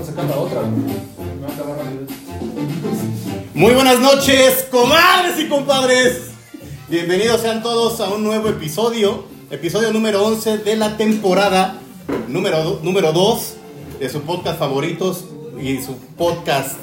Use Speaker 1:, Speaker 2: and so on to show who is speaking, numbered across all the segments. Speaker 1: buscar la otra. Me va a acabar rápido.
Speaker 2: Muy buenas noches, comadres y compadres. Bienvenidos sean todos a un nuevo episodio, episodio número 11 de la temporada número, do- número 2 de su podcast favoritos y su podcast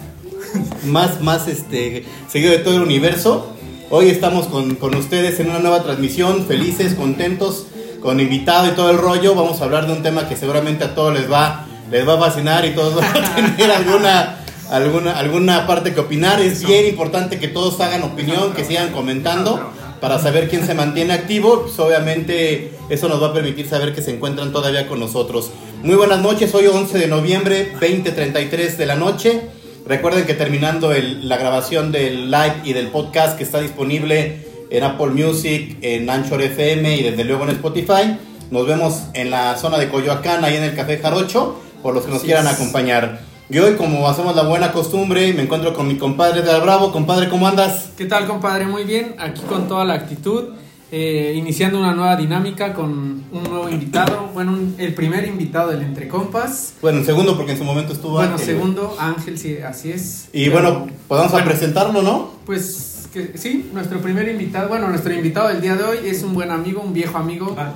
Speaker 2: más, más este, seguido de todo el universo. Hoy estamos con, con ustedes en una nueva transmisión, felices, contentos, con invitado y todo el rollo. Vamos a hablar de un tema que seguramente a todos les va, les va a fascinar y todos van a tener alguna, alguna, alguna parte que opinar. Es bien importante que todos hagan opinión, que sigan comentando para saber quién se mantiene activo. Pues, obviamente eso nos va a permitir saber que se encuentran todavía con nosotros. Muy buenas noches, hoy 11 de noviembre, 20.33 de la noche. Recuerden que terminando el- la grabación del live y del podcast que está disponible en Apple Music, en Anchor FM y desde luego en Spotify, nos vemos en la zona de Coyoacán, ahí en el Café Jarocho, por los que nos quieran acompañar. Y hoy, como hacemos la buena costumbre, me encuentro con mi compadre Edgar Bravo. Compadre, ¿cómo andas?
Speaker 3: ¿Qué tal, compadre? Muy bien, aquí con toda la actitud, eh, iniciando una nueva dinámica con un nuevo invitado, bueno, un- el primer invitado del Entre Compas.
Speaker 2: Bueno, el segundo, porque en su momento estuvo
Speaker 3: Bueno,
Speaker 2: Ángel.
Speaker 3: segundo, Ángel, sí, así es.
Speaker 2: Y
Speaker 3: Pero,
Speaker 2: bueno, pues vamos a presentarlo, ¿no?
Speaker 3: Pues que, sí, nuestro primer invitado, bueno, nuestro invitado del día de hoy es un buen amigo, un viejo amigo,
Speaker 4: Ah.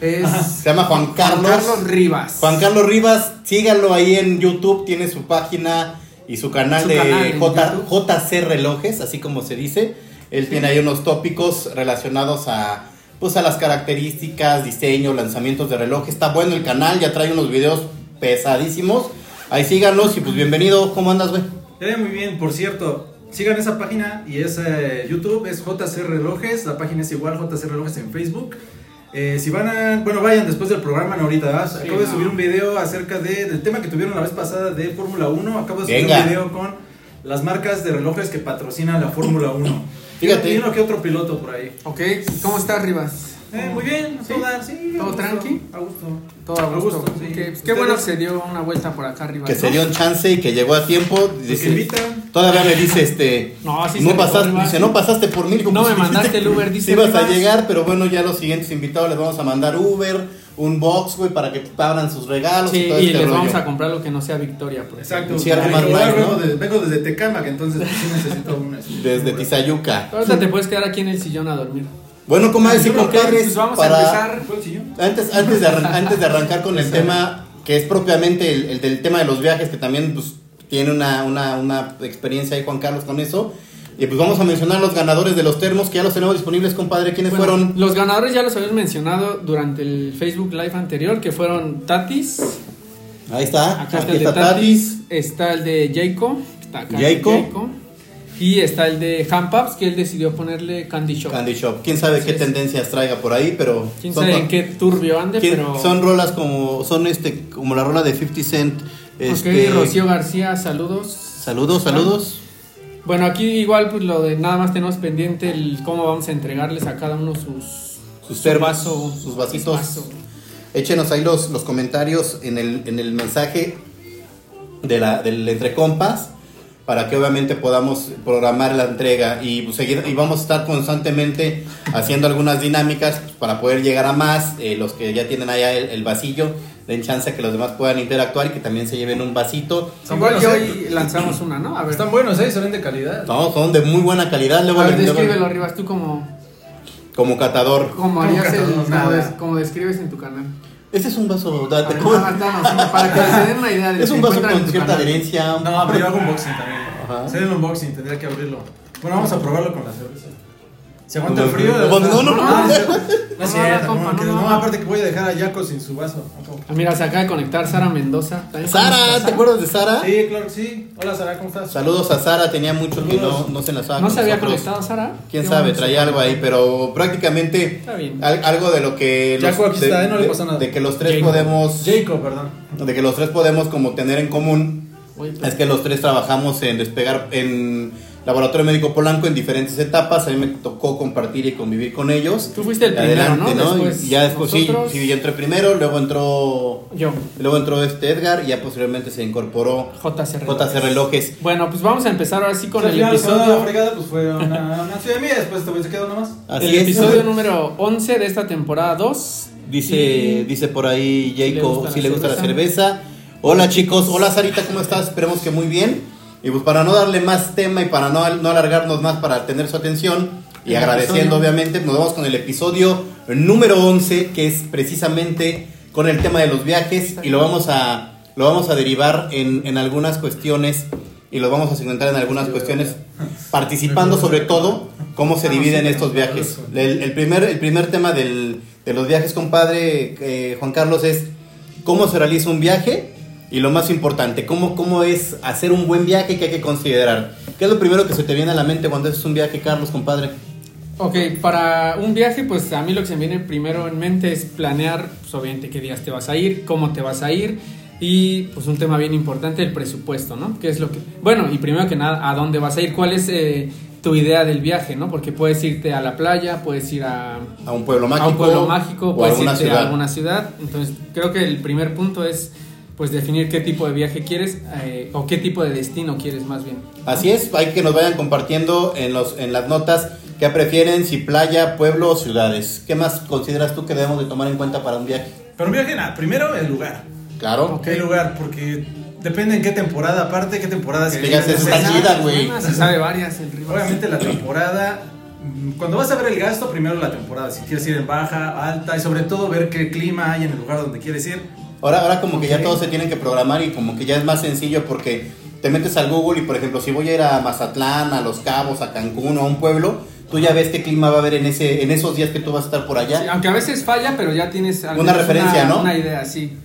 Speaker 3: es
Speaker 2: Se llama Juan
Speaker 3: Juan
Speaker 2: Carlos.
Speaker 3: Carlos Rivas.
Speaker 2: Juan Carlos Rivas, síganlo ahí en YouTube, tiene su página y su canal
Speaker 3: Su
Speaker 2: de
Speaker 3: canal en
Speaker 2: J-
Speaker 3: YouTube.
Speaker 2: JC Relojes, así como se dice. Él tiene ahí unos tópicos relacionados a pues a las características, diseño, lanzamientos de reloj. Está bueno el canal, ya trae unos videos pesadísimos. Ahí síganlos y pues bienvenido. ¿Cómo andas, güey?
Speaker 4: Eh, muy bien, por cierto, sigan esa página y es eh, YouTube, es JC Relojes, la página es igual JC Relojes en Facebook. Eh, si van a, bueno, vayan después del programa no ahorita, ¿verdad?
Speaker 3: Sí,
Speaker 4: acabo de
Speaker 3: no.
Speaker 4: subir un video acerca de, del tema que tuvieron la vez pasada de Fórmula 1, acabo de subir
Speaker 2: Venga.
Speaker 4: un video con las marcas de relojes que patrocinan la Fórmula 1.
Speaker 2: Fíjate.
Speaker 4: Y uno que otro piloto por ahí.
Speaker 3: Ok, ¿cómo estás, Rivas?
Speaker 4: Eh, muy bien,
Speaker 3: Oh. ¿Sí?
Speaker 4: todo da- sí,
Speaker 3: ¿Todo
Speaker 4: a gusto,
Speaker 3: tranqui?
Speaker 4: A gusto.
Speaker 3: Todo a gusto.
Speaker 4: sí.
Speaker 3: Ok, pues qué
Speaker 4: Ustedes,
Speaker 3: bueno que se dio una vuelta por acá, Rivas.
Speaker 2: Que se
Speaker 3: ¿no?
Speaker 2: dio un chance y que llegó a tiempo.
Speaker 4: los
Speaker 2: Dice-
Speaker 4: que invitan.
Speaker 2: todavía me dice este.
Speaker 3: No, sí se
Speaker 2: no
Speaker 3: rifó,
Speaker 2: pasaste,
Speaker 3: Rivas.
Speaker 2: dice, no pasaste por mil.
Speaker 3: No me mandaste el Uber, dice
Speaker 2: Sí ibas a
Speaker 3: Rivas.
Speaker 2: llegar, pero bueno, ya los siguientes invitados les vamos a mandar Uber, un box, güey, para que abran sus regalos
Speaker 3: Sí,
Speaker 2: y todo
Speaker 3: y
Speaker 2: este
Speaker 3: les
Speaker 2: rollo.
Speaker 3: vamos a comprar lo que no sea Victoria. por ejemplo.
Speaker 4: Exacto.
Speaker 2: Sí, algo más
Speaker 4: Yo
Speaker 2: light,
Speaker 4: vengo,
Speaker 2: ¿no?
Speaker 4: de- vengo desde Tecama, que entonces pues, sí necesito una.
Speaker 2: Desde Tizayuca.
Speaker 3: Ahorita te puedes quedar aquí en el sillón a dormir.
Speaker 2: Bueno, como decir,
Speaker 3: Ok,
Speaker 2: compadres,
Speaker 3: pues vamos
Speaker 2: para-
Speaker 3: a empezar.
Speaker 4: ¿Fue el sillón?
Speaker 2: Antes, antes, de, arran- antes de arrancar con el tema que es propiamente el, el del tema de los viajes, que también pues, tiene una, una, una experiencia ahí Juan Carlos con eso. Y pues vamos a mencionar los ganadores de los termos que ya los tenemos disponibles, compadre. ¿Quiénes
Speaker 3: Bueno,
Speaker 2: fueron?
Speaker 3: Los ganadores ya los habías mencionado durante el Facebook Live anterior, que fueron Tatis.
Speaker 2: Ahí está.
Speaker 3: Acá está
Speaker 2: Aquí
Speaker 3: el de
Speaker 2: está
Speaker 3: Tatis.
Speaker 2: Tatis.
Speaker 3: Está el de Jacob. Está acá el de
Speaker 2: Jacob.
Speaker 3: Y está el de Hampaps, que él decidió ponerle Candy Shop.
Speaker 2: Candy Shop. Quién sabe qué
Speaker 3: Sí, sí.
Speaker 2: tendencias traiga por ahí, pero.
Speaker 3: Quién
Speaker 2: son-
Speaker 3: sabe en qué turbio ande,
Speaker 2: quién-
Speaker 3: pero.
Speaker 2: Son rolas como. Son este como la rola de 50 Cent. Este,
Speaker 3: pues, Ok, Rocío García, saludos.
Speaker 2: Saludos, saludos.
Speaker 3: Bueno, aquí igual, pues lo de nada más tenemos pendiente el cómo vamos a entregarles a cada uno sus.
Speaker 2: Sus
Speaker 3: su
Speaker 2: termos,
Speaker 3: vaso,
Speaker 2: sus vasitos.
Speaker 3: vaso.
Speaker 2: Échenos ahí los, los comentarios en el, en el mensaje de la, del Entre Compas para que obviamente podamos programar la entrega y, pues, seguir, y vamos a estar constantemente haciendo algunas dinámicas para poder llegar a más. Eh, los que ya tienen allá el, el vasillo, den chance a que los demás puedan interactuar y que también se lleven un vasito.
Speaker 4: Están
Speaker 3: Igual que
Speaker 4: buenos,
Speaker 3: hoy lanzamos una, ¿no? A ver,
Speaker 4: Están buenos, ¿eh? Se ven de calidad.
Speaker 2: No, son de muy buena calidad. Luego
Speaker 3: a ver
Speaker 2: le- luego-
Speaker 3: descríbelo, Rivas, tú como,
Speaker 2: como catador.
Speaker 3: como harías el-
Speaker 4: catador,
Speaker 3: como,
Speaker 4: nada.
Speaker 3: des- como describes en tu canal.
Speaker 2: Ese es un vaso.
Speaker 3: A
Speaker 2: date
Speaker 3: ver,
Speaker 2: cuenta.
Speaker 3: nada más danos, para que se den una idea de
Speaker 2: es
Speaker 3: lo
Speaker 2: un
Speaker 3: que
Speaker 2: vaso
Speaker 3: encuentran en
Speaker 2: con
Speaker 3: tu
Speaker 2: cierta
Speaker 3: canal.
Speaker 2: adherencia.
Speaker 4: No, pero yo hago unboxing también.
Speaker 2: Ajá.
Speaker 4: Hacer el unboxing, tendría que abrirlo. Bueno, vamos a probarlo con la cerveza. ¿Se aguanta el frío?
Speaker 2: No, no, no,
Speaker 4: Ah,
Speaker 3: no.
Speaker 4: es cierto. No es cierto,
Speaker 3: No, no,
Speaker 4: no,
Speaker 3: compa,
Speaker 4: que-
Speaker 3: no,
Speaker 4: no,
Speaker 3: no.
Speaker 4: aparte que voy a dejar a Jaco sin su vaso.
Speaker 3: Ah, Mira, se acaba de conectar Sara Mendoza. ¿También conoces a
Speaker 2: Sara, ¿te acuerdas de Sara?
Speaker 4: Sí, claro que sí. Hola, Sara, ¿cómo estás?
Speaker 2: Saludos a Sara, tenía mucho que no,
Speaker 4: Saludos.
Speaker 2: no se enlazaba
Speaker 3: ¿No
Speaker 2: con
Speaker 3: se había
Speaker 2: nosotros.
Speaker 3: conectado Sara?
Speaker 2: Quién
Speaker 3: Qué
Speaker 2: sabe,
Speaker 3: bueno.
Speaker 2: traía Ah, algo ahí, pero prácticamente
Speaker 3: Está bien.
Speaker 2: al- algo de lo que
Speaker 4: Jaco, aquí
Speaker 2: de,
Speaker 4: está, ¿eh? No le
Speaker 2: de-
Speaker 4: pasa nada.
Speaker 2: de que los tres
Speaker 3: Jacob.
Speaker 2: podemos
Speaker 4: Jaco, perdón.
Speaker 2: de que los tres podemos como tener en común
Speaker 3: Oye, pues,
Speaker 2: es que los tres trabajamos en despegar en Laboratorio Médico Polanco en diferentes etapas, a mí me tocó compartir y convivir con ellos.
Speaker 3: Tú fuiste el primero,
Speaker 2: Adelante,
Speaker 3: ¿no?
Speaker 2: ¿no? Y
Speaker 3: Después
Speaker 2: ya después sí,
Speaker 3: nosotros.
Speaker 2: sí, yo entré primero, luego entró
Speaker 3: pues, Yo,
Speaker 2: luego entró este Edgar y ya posteriormente se incorporó
Speaker 3: JCR.
Speaker 2: JC Relojes.
Speaker 3: Bueno, pues vamos a empezar ahora sí con
Speaker 4: Al
Speaker 3: el
Speaker 4: final, cuando la
Speaker 3: episodio.
Speaker 4: fregada, pues fue una, una ciudad mía. Después te voy a quedar nomás.
Speaker 2: Así
Speaker 3: el
Speaker 2: es.
Speaker 3: episodio número 11 de esta temporada 2.
Speaker 2: Dice,
Speaker 3: Y-
Speaker 2: dice por ahí
Speaker 3: Si le
Speaker 2: Jacob
Speaker 3: gusta
Speaker 2: si
Speaker 3: la
Speaker 2: le gusta la cerveza. Hola chicos, hola Sarita, ¿cómo estás? Esperemos que muy bien. Y pues para no darle más tema y para no, no alargarnos más, para tener su atención y
Speaker 3: El
Speaker 2: agradeciendo
Speaker 3: episodio.
Speaker 2: obviamente, nos vamos con el episodio número 11, que es precisamente con el tema de los viajes y lo vamos a, lo vamos a derivar en, en algunas cuestiones y lo vamos a segmentar en algunas cuestiones, participando sobre todo cómo
Speaker 3: Ah,
Speaker 2: se dividen estos viajes. El, el primer, el primer tema del- de los viajes, compadre eh, Juan Carlos, es cómo se realiza un viaje y lo más importante, cómo, cómo es hacer un buen viaje que hay que considerar. ¿Qué es lo primero que se te viene a la mente cuando haces un viaje, Carlos, compadre?
Speaker 3: Ok, para un viaje, pues a mí lo que se me viene primero en mente es planear, pues obviamente, qué días te vas a ir, cómo te vas a ir y pues un tema bien importante, el presupuesto, ¿no? ¿Qué es lo que... Bueno, y primero que nada, ¿a dónde vas a ir? ¿Cuál es eh, tu idea del viaje, ¿no? Porque puedes irte a la playa, puedes ir a,
Speaker 2: A un pueblo mágico.
Speaker 3: a un pueblo mágico,
Speaker 2: o a
Speaker 3: puedes
Speaker 2: alguna
Speaker 3: irte
Speaker 2: ciudad.
Speaker 3: a alguna ciudad. Entonces, creo que el primer punto es pues definir qué tipo de viaje quieres eh, o qué tipo de destino quieres más bien.
Speaker 2: Así es, hay que nos vayan compartiendo en, los, en las notas qué prefieren, si playa, pueblo o ciudades. ¿Qué más consideras tú que debemos de tomar en cuenta para un viaje?
Speaker 4: Pero viaje nada, primero el lugar.
Speaker 2: Claro.
Speaker 3: Ok.
Speaker 4: ¿Qué lugar? Porque depende en qué temporada, aparte, qué temporada se
Speaker 2: digas,
Speaker 4: viene.
Speaker 2: eso está
Speaker 4: Pues,
Speaker 2: chido. chida,
Speaker 3: Ah,
Speaker 2: güey.
Speaker 3: Se sabe varias, el Rivas.
Speaker 4: Obviamente la temporada, mm, cuando vas a ver el gasto, primero la temporada, si quieres ir en baja, alta y sobre todo ver qué clima hay en el lugar donde quieres ir.
Speaker 2: Ahora, ahora como que ya
Speaker 4: Ok.
Speaker 2: todos se tienen que programar y como que ya es más sencillo porque te metes al Google y por ejemplo si voy a ir a Mazatlán, a Los Cabos, a Cancún o a un pueblo, tú ya ves qué clima va a haber en ese en esos días que tú vas a estar por allá.
Speaker 3: Sí,
Speaker 4: ah,
Speaker 3: aunque a veces falla, pero ya tienes al
Speaker 2: Una
Speaker 3: menos
Speaker 2: referencia,
Speaker 3: una,
Speaker 2: ¿no?
Speaker 3: Una idea, sí.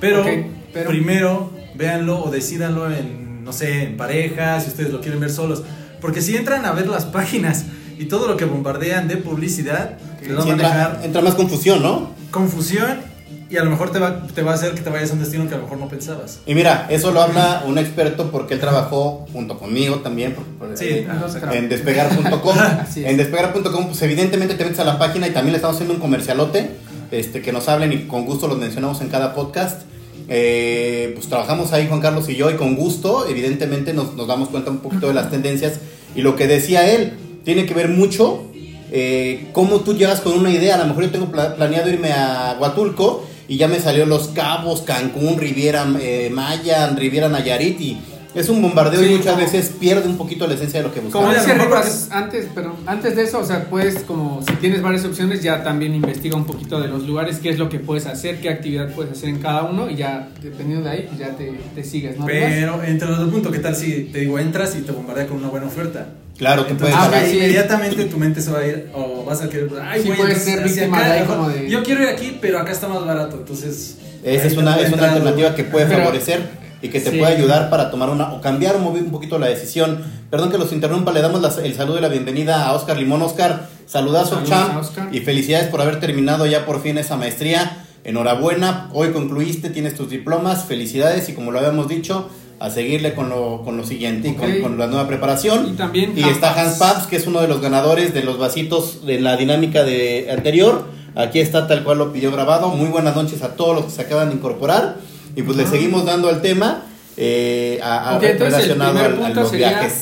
Speaker 4: Pero,
Speaker 3: Ok, pero-
Speaker 4: primero véanlo o decídanlo en, no sé, en pareja, si ustedes lo quieren ver solos. Porque si entran a ver las páginas y todo lo que bombardean de publicidad,
Speaker 2: Sí,
Speaker 4: les va a
Speaker 2: entra,
Speaker 4: manejar
Speaker 2: entra más confusión, ¿no?
Speaker 4: confusión y a lo mejor te va, te va a hacer que te vayas a un destino que a lo mejor no pensabas.
Speaker 2: Y mira, eso lo habla un experto porque él trabajó junto conmigo también. por- por-
Speaker 4: Sí,
Speaker 2: eh,
Speaker 4: ajá, o sea,
Speaker 2: en despegar.com.
Speaker 3: Así es.
Speaker 2: en despegar.com, pues evidentemente te metes a la página y también le estamos haciendo un comercialote. Este, que nos hablen y con gusto los mencionamos en cada podcast. Eh, pues trabajamos ahí Juan Carlos y yo y con gusto, evidentemente nos, nos damos cuenta un poquito de las tendencias y lo que decía él tiene que ver mucho eh, cómo tú llegas con una idea. A lo mejor yo tengo pla- planeado irme a Huatulco y ya me salió Los Cabos, Cancún, Riviera eh, Maya, Riviera Nayarit y es un bombardeo
Speaker 3: Sí,
Speaker 2: y muchas
Speaker 3: como-
Speaker 2: veces pierde un poquito la esencia de lo que buscamos.
Speaker 3: Como
Speaker 4: Claro,
Speaker 3: dice
Speaker 4: a lo mejor
Speaker 3: Rivas, antes, pero antes de eso, o sea, puedes como si tienes varias opciones, ya también investiga un poquito de los lugares, qué es lo que puedes hacer, qué actividad puedes hacer en cada uno y ya dependiendo de ahí, pues ya te, te sigues, ¿no? Rivas?
Speaker 4: Pero entre los dos puntos, ¿qué tal si te digo entras y te bombardea con una buena oferta?
Speaker 2: Claro, te puedes
Speaker 4: Entonces,
Speaker 3: Ah,
Speaker 2: jalar.
Speaker 3: ok, sí.
Speaker 4: inmediatamente tu mente se va a ir o vas a querer. Ay,
Speaker 3: Sí,
Speaker 4: güey,
Speaker 3: puedes
Speaker 4: entonces,
Speaker 3: ser
Speaker 4: hacia
Speaker 3: víctima
Speaker 4: acá,
Speaker 3: de ahí
Speaker 4: mejor,
Speaker 3: como de-
Speaker 4: Yo quiero ir aquí, pero acá está más barato, entonces.
Speaker 2: Esa
Speaker 4: ahí
Speaker 2: es
Speaker 4: te
Speaker 2: una,
Speaker 4: puede
Speaker 2: es una
Speaker 4: entrar algo.
Speaker 2: alternativa que puede
Speaker 3: Pero-
Speaker 2: favorecer y que te
Speaker 3: Sí.
Speaker 2: puede ayudar para tomar una o cambiar o mover un poquito la decisión. Perdón que los interrumpa, le damos la- el saludo y la bienvenida a Oscar Limón. Oscar, saludazo,
Speaker 3: Saludos a
Speaker 2: champ,
Speaker 3: Oscar.
Speaker 2: y felicidades por haber terminado ya por fin esa maestría. Enhorabuena, hoy concluiste, tienes tus diplomas, felicidades y como lo habíamos dicho, a seguirle con lo, con lo siguiente y
Speaker 3: Ok.
Speaker 2: con, con la nueva preparación.
Speaker 3: Y también
Speaker 2: y
Speaker 3: Hans
Speaker 2: está
Speaker 3: Paps.
Speaker 2: Hans Paps, que es uno de los ganadores de los vasitos de la dinámica de anterior. Aquí está tal cual lo pidió grabado. Muy buenas noches a todos los que se acaban de incorporar. Y pues le seguimos dando al tema eh, a- a-
Speaker 3: Ok, Ah. entonces, el
Speaker 2: relacionado
Speaker 3: primer
Speaker 2: al- a,
Speaker 3: punto
Speaker 2: los
Speaker 3: sería-
Speaker 2: viajes.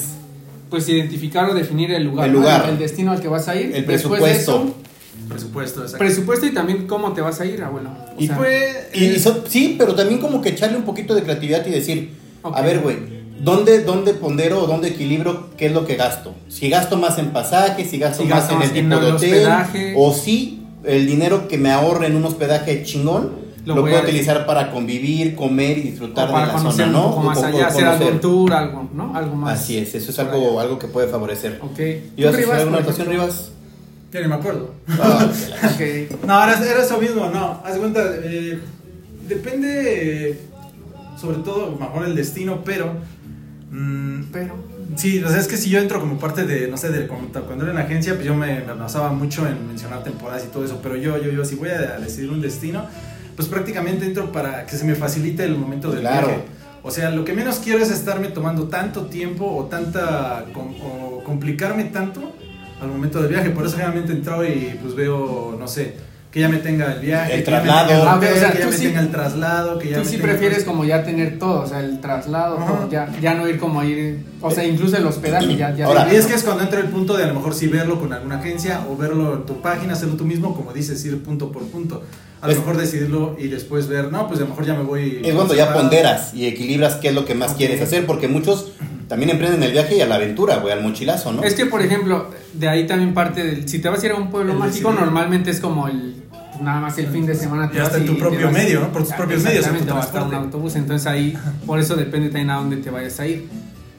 Speaker 3: Pues identificar o definir el lugar,
Speaker 2: El
Speaker 3: ¿no?
Speaker 2: lugar.
Speaker 3: el destino al que vas a ir,
Speaker 2: El
Speaker 3: Después de
Speaker 2: presupuesto.
Speaker 3: eso,
Speaker 4: Presupuesto, exacto.
Speaker 3: presupuesto y también cómo te vas a ir, abuelo. O
Speaker 4: y
Speaker 3: sea,
Speaker 4: fue.
Speaker 2: Y, y
Speaker 4: eh,
Speaker 2: so- sí, pero también como que echarle un poquito de creatividad y decir,
Speaker 3: Ok.
Speaker 2: a ver, güey, ¿dónde, ¿dónde pondero o dónde equilibro qué es lo que gasto? Si gasto más en pasajes, si gasto
Speaker 3: Si
Speaker 2: más
Speaker 3: gasto
Speaker 2: en
Speaker 3: más
Speaker 2: el
Speaker 3: en
Speaker 2: tipo de
Speaker 3: el
Speaker 2: hotel,
Speaker 3: hospedaje.
Speaker 2: o si el dinero que me ahorre en un hospedaje chingón, lo,
Speaker 3: Lo voy
Speaker 2: puedo
Speaker 3: a-
Speaker 2: utilizar para convivir, comer y disfrutar
Speaker 3: o para
Speaker 2: de la
Speaker 3: conocer
Speaker 2: zona, ¿no?
Speaker 3: un poco
Speaker 2: Un
Speaker 3: más
Speaker 2: poco
Speaker 3: allá, hacer
Speaker 2: conocer.
Speaker 3: algún tour, algo, ¿no? Algo más.
Speaker 2: Así es, eso es
Speaker 3: por
Speaker 2: algo,
Speaker 3: allá.
Speaker 2: algo que puede favorecer.
Speaker 3: Ok.
Speaker 2: ¿Y
Speaker 3: ¿Tú,
Speaker 2: vas a hacer
Speaker 3: Rivas,
Speaker 2: alguna
Speaker 3: por
Speaker 2: actuación, Rivas?
Speaker 4: Ya ni me acuerdo.
Speaker 2: Ah, que la-
Speaker 3: ejemplo? Ok.
Speaker 4: No, ahora era eso mismo, no. Haz de cuenta, eh, depende eh, sobre todo, a lo mejor el destino, pero. mm,
Speaker 3: Pero.
Speaker 4: Sí, o sea, es que si yo entro como parte de, no sé, de, como ta- cuando era en la agencia, pues yo me, me basaba mucho en mencionar temporadas y todo eso, pero yo, yo, yo, si voy a, a decidir un destino, pues prácticamente entro para que se me facilite el momento del
Speaker 2: Claro.
Speaker 4: viaje. O sea, lo que menos quiero es estarme tomando tanto tiempo o tanta, com- o complicarme tanto al momento del viaje, por eso generalmente entro y pues veo, no sé, que ya me tenga el viaje,
Speaker 2: El
Speaker 4: que ya me
Speaker 2: traslado.
Speaker 4: tenga el
Speaker 3: Ah, ok, o
Speaker 4: hotel,
Speaker 3: sea,
Speaker 4: que ya
Speaker 3: tú
Speaker 4: me
Speaker 3: sí-
Speaker 4: tenga el traslado, que ya
Speaker 3: Tú
Speaker 4: me
Speaker 3: sí
Speaker 4: tenga-
Speaker 3: prefieres como ya tener todo, o sea, el traslado,
Speaker 4: Ajá.
Speaker 3: todo, ya, ya no ir como a ir, o sea, incluso el hospedaje, ya, ya.
Speaker 2: Ahora,
Speaker 4: Y es que es cuando entra el punto de a lo mejor sí verlo con alguna agencia o verlo en tu página, hacerlo tú mismo, como dices, ir punto por punto. A A lo
Speaker 2: Es-
Speaker 4: mejor decidirlo y después ver, no, pues a lo mejor ya me voy.
Speaker 2: Es cuando ya ponderas y equilibras qué es lo que más
Speaker 4: Ok.
Speaker 2: quieres hacer, porque muchos también emprenden el viaje y a la aventura, güey, al mochilazo, ¿no?
Speaker 3: Es que, por ejemplo, de ahí también parte del. Si te vas a ir a un pueblo
Speaker 4: El
Speaker 3: mágico,
Speaker 4: decidir.
Speaker 3: normalmente es como el. pues, Nada más el fin de semana.
Speaker 4: Ya
Speaker 3: vas
Speaker 4: está en
Speaker 3: y
Speaker 4: tu
Speaker 3: te
Speaker 4: propio
Speaker 3: vas-
Speaker 4: medio, ¿no? Por tus
Speaker 3: Ah,
Speaker 4: propios medios, en tu
Speaker 3: Exactamente, o hasta un
Speaker 4: transporte.
Speaker 3: autobús. Entonces ahí, por eso depende también a dónde te vayas a ir.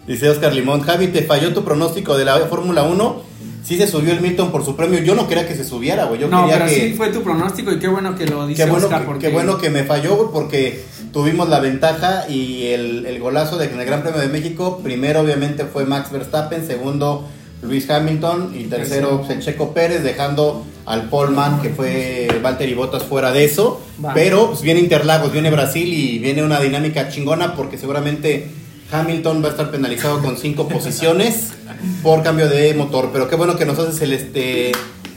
Speaker 2: Dice Oscar Limón, Javi, te falló tu pronóstico de la Fórmula 1. Sí se subió el Milton por su premio. Yo no quería que se subiera, güey. Yo
Speaker 3: no,
Speaker 2: quería
Speaker 3: pero
Speaker 2: que.
Speaker 3: sí fue tu pronóstico y qué bueno que lo dice
Speaker 2: Qué bueno,
Speaker 3: Oscar.
Speaker 2: que,
Speaker 3: porque
Speaker 2: qué bueno que me falló güey, porque tuvimos la ventaja y el, el golazo de, en el Gran Premio de México. Primero, obviamente, fue Max Verstappen. Segundo, Luis Hamilton. Y tercero, pues, el Checo Pérez, dejando al Polman, que fue Valtteri Bottas, fuera de eso.
Speaker 3: Va.
Speaker 2: Pero pues, viene Interlagos, viene Brasil y viene una dinámica chingona porque seguramente Hamilton va a estar penalizado con cinco posiciones por cambio de motor. Pero qué bueno que nos haces el este.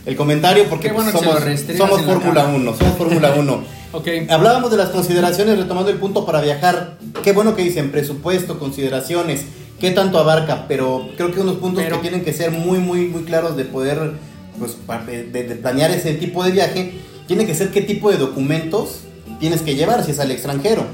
Speaker 2: El comentario porque
Speaker 3: Qué bueno
Speaker 2: pues,
Speaker 3: que se lo
Speaker 2: somos,
Speaker 3: restringas
Speaker 2: somos
Speaker 3: en la
Speaker 2: Fórmula
Speaker 3: cara.
Speaker 2: 1, somos Fórmula 1.
Speaker 3: Ok.
Speaker 2: Hablábamos de las consideraciones, retomando el punto para viajar. Qué bueno que dicen presupuesto, consideraciones, qué tanto abarca, pero creo que unos puntos
Speaker 3: Pero-
Speaker 2: que tienen que ser muy, muy, muy claros de poder pues, pa- de, de planear ese tipo de viaje, tiene que ser qué tipo de documentos tienes que llevar si es al extranjero.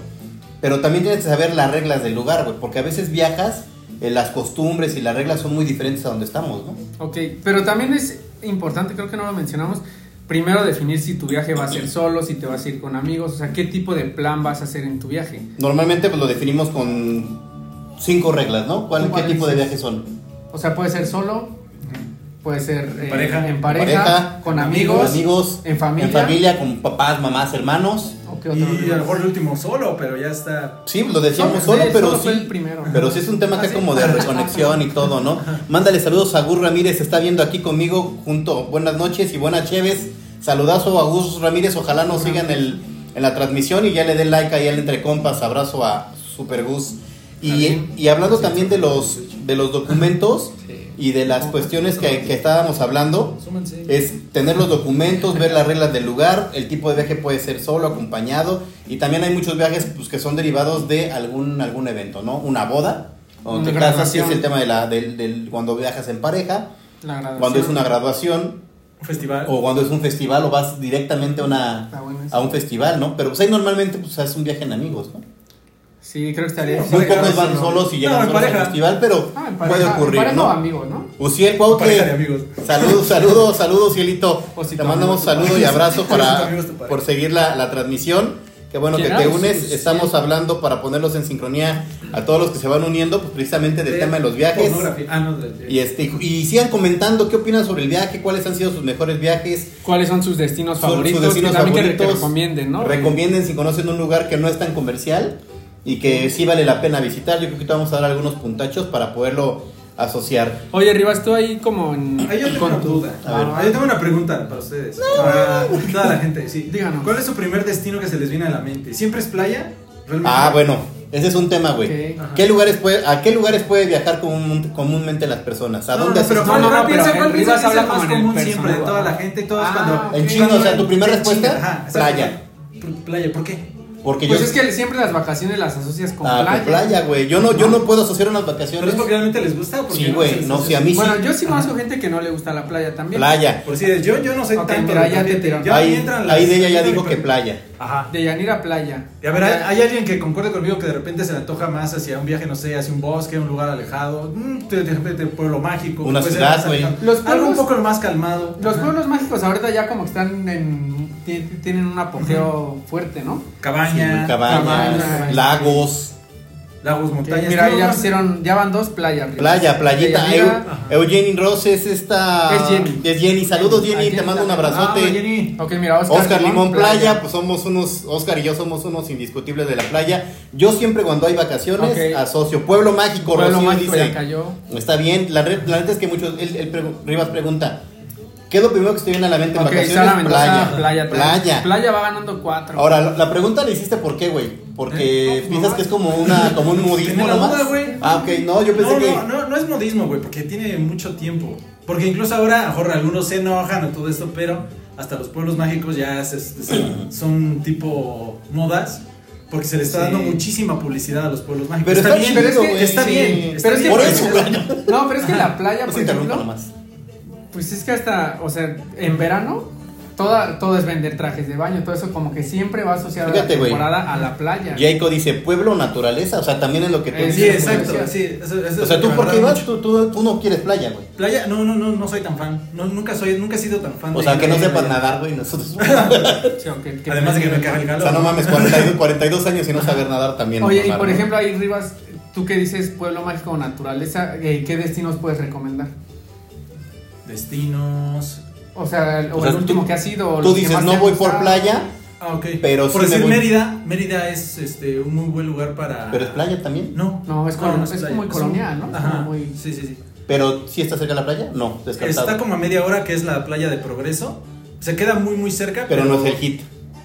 Speaker 2: Pero también tienes que saber las reglas del lugar, güey, porque a veces viajas, eh, las costumbres y las reglas son muy diferentes a donde estamos, ¿no?
Speaker 3: Ok, pero también es importante, creo que no lo mencionamos, primero definir si tu viaje va a ser solo, si te vas a ir con amigos, o sea, qué tipo de plan vas a hacer en tu viaje.
Speaker 2: Normalmente pues lo definimos con cinco reglas, ¿no? ¿Cuál, ¿Qué
Speaker 3: ¿Cuáles?
Speaker 2: tipo de viajes son?
Speaker 3: O sea, puede ser solo, puede ser eh,
Speaker 4: pareja.
Speaker 3: en pareja,
Speaker 2: Pareja,
Speaker 3: con amigos,
Speaker 2: amigos,
Speaker 3: en familia.
Speaker 2: en familia, con papás, mamás, hermanos.
Speaker 3: ¿O qué otro
Speaker 4: Y a
Speaker 3: lugar?
Speaker 4: lo mejor el último solo, pero ya está.
Speaker 2: Sí, lo decíamos
Speaker 3: Solo,
Speaker 2: solo,
Speaker 3: sí,
Speaker 2: pero
Speaker 3: solo fue
Speaker 2: sí.
Speaker 3: el primero.
Speaker 2: Pero sí es un tema
Speaker 3: Ah,
Speaker 2: acá
Speaker 3: sí.
Speaker 2: como de reconexión y todo, ¿no? Mándale saludos a Gus Ramírez, está viendo aquí conmigo junto. Buenas noches y buenas cheves. Saludazo a Gus Ramírez, ojalá nos sigan el, en la transmisión y ya le den like ahí al Entre Compas. Abrazo a Super Gus. Y,
Speaker 3: También.
Speaker 2: y hablando también de los, de los documentos
Speaker 3: Sí.
Speaker 2: y de las cuestiones que, que estábamos hablando,
Speaker 4: Súmense.
Speaker 2: es tener los documentos, ver las reglas del lugar, el tipo de viaje puede ser solo, acompañado, y también hay muchos viajes pues, que son derivados de algún, algún evento, ¿no? Una boda, cuando
Speaker 3: Una
Speaker 2: te casas, que es
Speaker 3: graduación.
Speaker 2: el tema de la, del, del- cuando viajas en pareja,
Speaker 3: La graduación.
Speaker 2: cuando es una graduación,
Speaker 4: Un festival.
Speaker 2: o cuando es un festival, o vas directamente a, una,
Speaker 3: Está Ah, bueno eso.
Speaker 2: a un festival, ¿no? Pero pues ahí normalmente pues, es un viaje en amigos, ¿no?
Speaker 3: Sí, creo que estaría.
Speaker 2: Muy
Speaker 3: sí,
Speaker 2: pocos
Speaker 3: claro,
Speaker 2: van
Speaker 3: sí, ¿no?
Speaker 2: solos y
Speaker 4: No,
Speaker 2: llegan
Speaker 4: en
Speaker 2: solos al
Speaker 4: pareja.
Speaker 2: festival, pero
Speaker 3: Ah, en
Speaker 2: puede
Speaker 3: pareja- en
Speaker 2: ocurrir,
Speaker 3: pareja o
Speaker 2: ¿no?
Speaker 3: amigos, ¿no?
Speaker 2: Uciel Cuautle,
Speaker 4: Pareja de amigos.
Speaker 2: Saludos, saludos, saludos, cielito.
Speaker 3: O si
Speaker 2: te
Speaker 3: tu
Speaker 2: mandamos
Speaker 3: amigo, tu
Speaker 2: saludo y abrazo
Speaker 4: Si tu
Speaker 2: para
Speaker 4: amigo es tu pareja.
Speaker 2: por seguir la, la transmisión. Qué bueno que te
Speaker 3: Llegamos,
Speaker 2: unes.
Speaker 3: pues, sí.
Speaker 2: Estamos hablando para ponerlos en sincronía a todos los que se van uniendo, pues precisamente del tema de los viajes.
Speaker 3: Pues,
Speaker 4: Pornografía. Ah, no, de-
Speaker 2: Y este y- y sigan comentando qué opinan sobre el viaje, cuáles han sido sus mejores viajes.
Speaker 3: ¿Cuáles son sus destinos
Speaker 2: Son sus
Speaker 3: favoritos?
Speaker 2: destinos
Speaker 3: que también que
Speaker 2: favoritos.
Speaker 3: te recomienden, ¿no?
Speaker 2: Recomienden si conocen un lugar que no es tan comercial y que sí vale la pena visitar. Yo creo que te vamos a dar algunos puntachos para poderlo asociar.
Speaker 3: Oye, Rivas, tú ahí como en.
Speaker 4: Ahí yo tengo
Speaker 3: con
Speaker 4: una
Speaker 3: tu-
Speaker 4: duda.
Speaker 2: A ver.
Speaker 4: Ah, yo tengo una pregunta para ustedes. para toda la gente, sí.
Speaker 3: Díganos.
Speaker 4: ¿Cuál es su primer destino que se les viene a la mente? ¿Siempre es playa? ¿Realmente?
Speaker 2: Ah, bueno, ese es un tema, güey.
Speaker 3: Ok.
Speaker 4: Ajá.
Speaker 2: ¿Qué lugares puede, ¿A qué lugares puede viajar común- comúnmente las personas? ¿A
Speaker 4: No,
Speaker 2: dónde
Speaker 4: no, pero
Speaker 2: asisten?
Speaker 4: ¿cuál,
Speaker 3: No, no,
Speaker 4: cuál
Speaker 3: no,
Speaker 4: piensa-
Speaker 3: pero
Speaker 4: cuál
Speaker 3: el
Speaker 4: piensa
Speaker 3: Rivas
Speaker 4: que es
Speaker 3: habla
Speaker 4: el más
Speaker 3: como en el
Speaker 4: común siempre de
Speaker 3: personal.
Speaker 4: toda la gente y todos
Speaker 3: Ah,
Speaker 4: cuando...
Speaker 3: ok.
Speaker 2: En chinga, o sea, tu primera
Speaker 4: En
Speaker 2: respuesta,
Speaker 4: chinga, ajá, exacto.
Speaker 2: playa.
Speaker 4: Pl- Playa, ¿por qué?
Speaker 2: Porque
Speaker 3: Pues
Speaker 2: yo.
Speaker 3: es que siempre las vacaciones las asocias con
Speaker 2: Ah,
Speaker 3: playa.
Speaker 2: con playa, güey. Yo no, yo no puedo asociar unas
Speaker 4: ¿Pero es
Speaker 2: vacaciones.
Speaker 4: porque realmente les gusta? o porque
Speaker 2: Sí, güey,
Speaker 4: se les
Speaker 2: no,
Speaker 4: hace?
Speaker 2: sí, a mí sí.
Speaker 3: Bueno, yo sí conozco gente que no le gusta la playa también.
Speaker 2: Playa.
Speaker 4: Por si es- yo, yo no soy
Speaker 3: Ok,
Speaker 4: tanto...
Speaker 3: mira,
Speaker 4: de
Speaker 3: ya te
Speaker 4: playa.
Speaker 3: tiraron.
Speaker 4: Ya me
Speaker 2: ahí,
Speaker 4: entran las-
Speaker 2: ahí de ella ya digo que playa.
Speaker 4: Ajá.
Speaker 3: De Yanira Playa.
Speaker 4: Y a ver, ¿hay, hay alguien que concuerde conmigo que de repente se le antoja más hacia un viaje, no sé, hacia un bosque, un lugar alejado, mm, de de repente pueblo mágico,
Speaker 2: Una
Speaker 4: puede ser
Speaker 2: ciudad,
Speaker 4: más
Speaker 2: güey.
Speaker 4: alejado.
Speaker 3: Los
Speaker 4: algo un
Speaker 3: pueblos-
Speaker 4: poco más calmado.
Speaker 3: Los
Speaker 4: Ajá.
Speaker 3: pueblos mágicos ahorita ya como que están en. ti- tienen un apogeo fuerte, ¿no?
Speaker 4: cabaña,
Speaker 2: Sí, cabañas,
Speaker 3: cabaña,
Speaker 2: lagos.
Speaker 4: lagos, montañas.
Speaker 3: Mira,
Speaker 4: todo
Speaker 3: ya
Speaker 4: más-
Speaker 3: hicieron, ya van dos playas. Rivas.
Speaker 2: Playa, playita. eh,
Speaker 3: De Yanira-
Speaker 2: Eu- Eugenie Ross es esta.
Speaker 3: Es Jenny. Ah,
Speaker 2: Es Jenny. Saludos, Jenny.
Speaker 3: Jenny
Speaker 2: Te mando un
Speaker 3: también.
Speaker 2: abrazote.
Speaker 4: Ah, Jenny.
Speaker 3: Ok, mira, Oscar,
Speaker 2: Oscar, Limón Playa, pues somos unos, Oscar y yo somos unos indiscutibles de la playa. Yo siempre cuando hay vacaciones
Speaker 3: Ok.
Speaker 2: asocio Pueblo Mágico,
Speaker 3: Pueblo
Speaker 2: Rocío
Speaker 3: Mágico
Speaker 2: dice.
Speaker 3: ya cayó.
Speaker 2: Está bien, la, re- la neta es que muchos, él, él pregu- Rivas pregunta, ¿qué es lo primero que se te viene a la mente en
Speaker 3: Ok, Sara
Speaker 2: vacaciones?
Speaker 3: Mendoza,
Speaker 2: Playa,
Speaker 3: playa.
Speaker 2: playa.
Speaker 3: Playa. Playa va ganando cuatro.
Speaker 2: Ahora, la- la pregunta la hiciste por qué, güey, porque
Speaker 3: ¿Eh? No,
Speaker 2: piensas
Speaker 3: no.
Speaker 2: que es como una, como un modismo
Speaker 4: Tenía la
Speaker 2: nomás.
Speaker 4: duda, güey.
Speaker 2: Ah, ok, no, yo pensé
Speaker 4: no,
Speaker 2: que...
Speaker 4: no, no, no es modismo, güey, porque tiene mucho tiempo. Porque incluso ahora, a lo mejor algunos se enojan o todo esto, pero hasta los pueblos mágicos ya se- se- son tipo modas. Porque se le está
Speaker 3: Sí.
Speaker 4: dando muchísima publicidad a los pueblos mágicos.
Speaker 2: Pero está
Speaker 4: bien,
Speaker 2: chido,
Speaker 4: pero es que
Speaker 2: güey,
Speaker 4: está
Speaker 2: sí.
Speaker 4: bien. está
Speaker 3: Pero es que
Speaker 4: bien.
Speaker 2: Por eso, güey.
Speaker 3: No, pero es que la playa,
Speaker 2: No
Speaker 3: por
Speaker 2: se interrumpa
Speaker 3: ejemplo,
Speaker 2: nomás.
Speaker 3: pues es que hasta, o sea, en verano toda, todo es vender trajes de baño, todo eso como que siempre va asociado
Speaker 2: Fíjate,
Speaker 3: a la
Speaker 2: güey.
Speaker 3: temporada a la playa.
Speaker 2: Jaico dice pueblo o naturaleza, o sea, también es lo que tú
Speaker 3: Eh,
Speaker 2: dices.
Speaker 4: Sí,
Speaker 2: güey.
Speaker 4: exacto. Sí, eso- eso es
Speaker 2: O sea,
Speaker 4: lo
Speaker 2: tú
Speaker 4: que me
Speaker 2: porque
Speaker 4: agrada
Speaker 2: vas,
Speaker 4: mucho.
Speaker 2: tú, tú, tú no quieres playa, güey.
Speaker 4: Playa, no, no, no, no soy tan fan. No, nunca soy, nunca he sido tan fan.
Speaker 2: O
Speaker 4: de-
Speaker 2: sea, que no
Speaker 4: de-
Speaker 2: sepas
Speaker 4: de-
Speaker 2: nadar, güey, nosotros.
Speaker 3: Sí, aunque- que-
Speaker 4: Además de que me caga el
Speaker 2: O
Speaker 4: calor.
Speaker 2: sea, no mames, 42, 42 años y no saber nadar también. no
Speaker 3: Oye, y
Speaker 2: mamar,
Speaker 3: por
Speaker 2: ¿no?
Speaker 3: ejemplo, ahí Rivas, tú que dices pueblo mágico o naturaleza, eh, ¿qué destinos puedes recomendar?
Speaker 4: Destinos.
Speaker 3: O sea, el, o
Speaker 2: O sea,
Speaker 3: el último
Speaker 2: tú-
Speaker 3: que has ido. o
Speaker 2: Tú
Speaker 3: los que
Speaker 2: dices,
Speaker 3: más te
Speaker 2: no
Speaker 3: han
Speaker 2: voy por
Speaker 3: gustado".
Speaker 2: playa,
Speaker 4: Ah, ok.
Speaker 2: Pero
Speaker 4: Por
Speaker 2: sí me
Speaker 4: decir
Speaker 2: voy.
Speaker 4: Mérida, Mérida es este, un muy buen lugar para.
Speaker 2: pero es playa también.
Speaker 4: No.
Speaker 3: No, es colo- es
Speaker 4: playa.
Speaker 3: muy colonial, ¿no?
Speaker 4: Ajá.
Speaker 3: Como muy-
Speaker 4: Sí, sí, sí.
Speaker 2: Pero si está cerca de la playa, no, descartado.
Speaker 4: Está como a media hora, que es la playa de Progreso. Se queda muy, muy cerca.
Speaker 2: Pero no es el hit.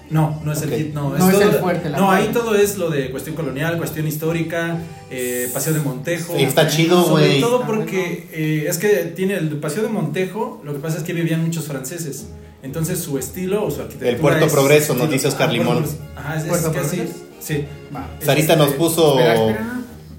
Speaker 4: No, no es
Speaker 2: Ok.
Speaker 4: el hit, no.
Speaker 3: No es el fuerte, la
Speaker 4: No,
Speaker 3: playa.
Speaker 4: ahí todo es lo de cuestión colonial, cuestión histórica, eh, Paseo de Montejo.
Speaker 2: Sí, está chido,
Speaker 4: Sobre
Speaker 2: güey.
Speaker 4: todo
Speaker 3: Ah,
Speaker 4: porque eh, es que tiene el Paseo de Montejo, lo que pasa es que vivían muchos franceses. Entonces su estilo o su arquitectura.
Speaker 2: El Puerto
Speaker 4: es
Speaker 2: Progreso,
Speaker 4: su
Speaker 2: nos
Speaker 4: estilo-
Speaker 2: dice Oscar
Speaker 4: Ah, Puerto
Speaker 2: Limón.
Speaker 4: Progreso. Ajá, es, es
Speaker 3: ¿Puerto
Speaker 4: casi-
Speaker 3: Progreso?
Speaker 4: Sí.
Speaker 3: Va.
Speaker 2: Sarita
Speaker 4: Este,
Speaker 2: nos puso.
Speaker 3: Espera, espera.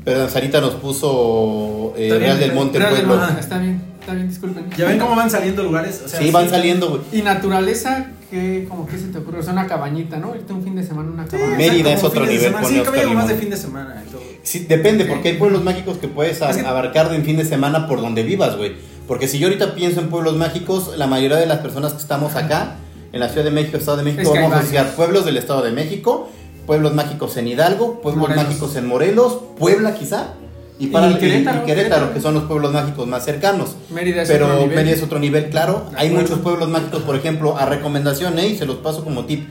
Speaker 2: Perdón, Sarita nos puso eh,
Speaker 4: Está bien,
Speaker 2: Real del Monte
Speaker 3: Espera,
Speaker 2: Pueblo.
Speaker 3: no, Está bien, está bien, disculpen.
Speaker 4: Ya ven cómo van saliendo lugares. O sea,
Speaker 2: sí, van saliendo, güey.
Speaker 3: Y naturaleza, que como que se te ocurre? O sea, una cabañita, ¿no? Irte un fin de semana a una cabaña.
Speaker 2: Mérida
Speaker 4: Exacto,
Speaker 2: es
Speaker 4: como
Speaker 2: otro
Speaker 4: fines de
Speaker 2: nivel,
Speaker 4: semana.
Speaker 2: pone
Speaker 4: Sí,
Speaker 2: Oscar
Speaker 4: caballo más
Speaker 2: Limón.
Speaker 4: de fin de semana. y todo.
Speaker 2: Sí, depende, porque hay pueblos mágicos que puedes a-
Speaker 4: Es que-
Speaker 2: abarcar de en fin de semana por donde vivas, güey. Porque si yo ahorita pienso en pueblos mágicos, la mayoría de las personas que estamos acá, en la Ciudad de México, Estado de México,
Speaker 3: Es que hay
Speaker 2: vamos a
Speaker 3: varios.
Speaker 2: asociar pueblos del Estado de México, pueblos mágicos en Hidalgo, pueblos
Speaker 3: Morelos.
Speaker 2: mágicos en Morelos, Puebla quizá, y,
Speaker 3: Y
Speaker 2: para, y- y Querétaro,
Speaker 3: Querétaro, Querétaro.
Speaker 2: que son los pueblos mágicos más cercanos.
Speaker 3: Mérida es otro
Speaker 2: Pero
Speaker 3: nivel.
Speaker 2: Mérida es otro nivel, claro.
Speaker 3: De
Speaker 2: Hay
Speaker 3: acuerdo.
Speaker 2: muchos pueblos mágicos, por ejemplo, a recomendación, ¿eh? y se los paso como tip.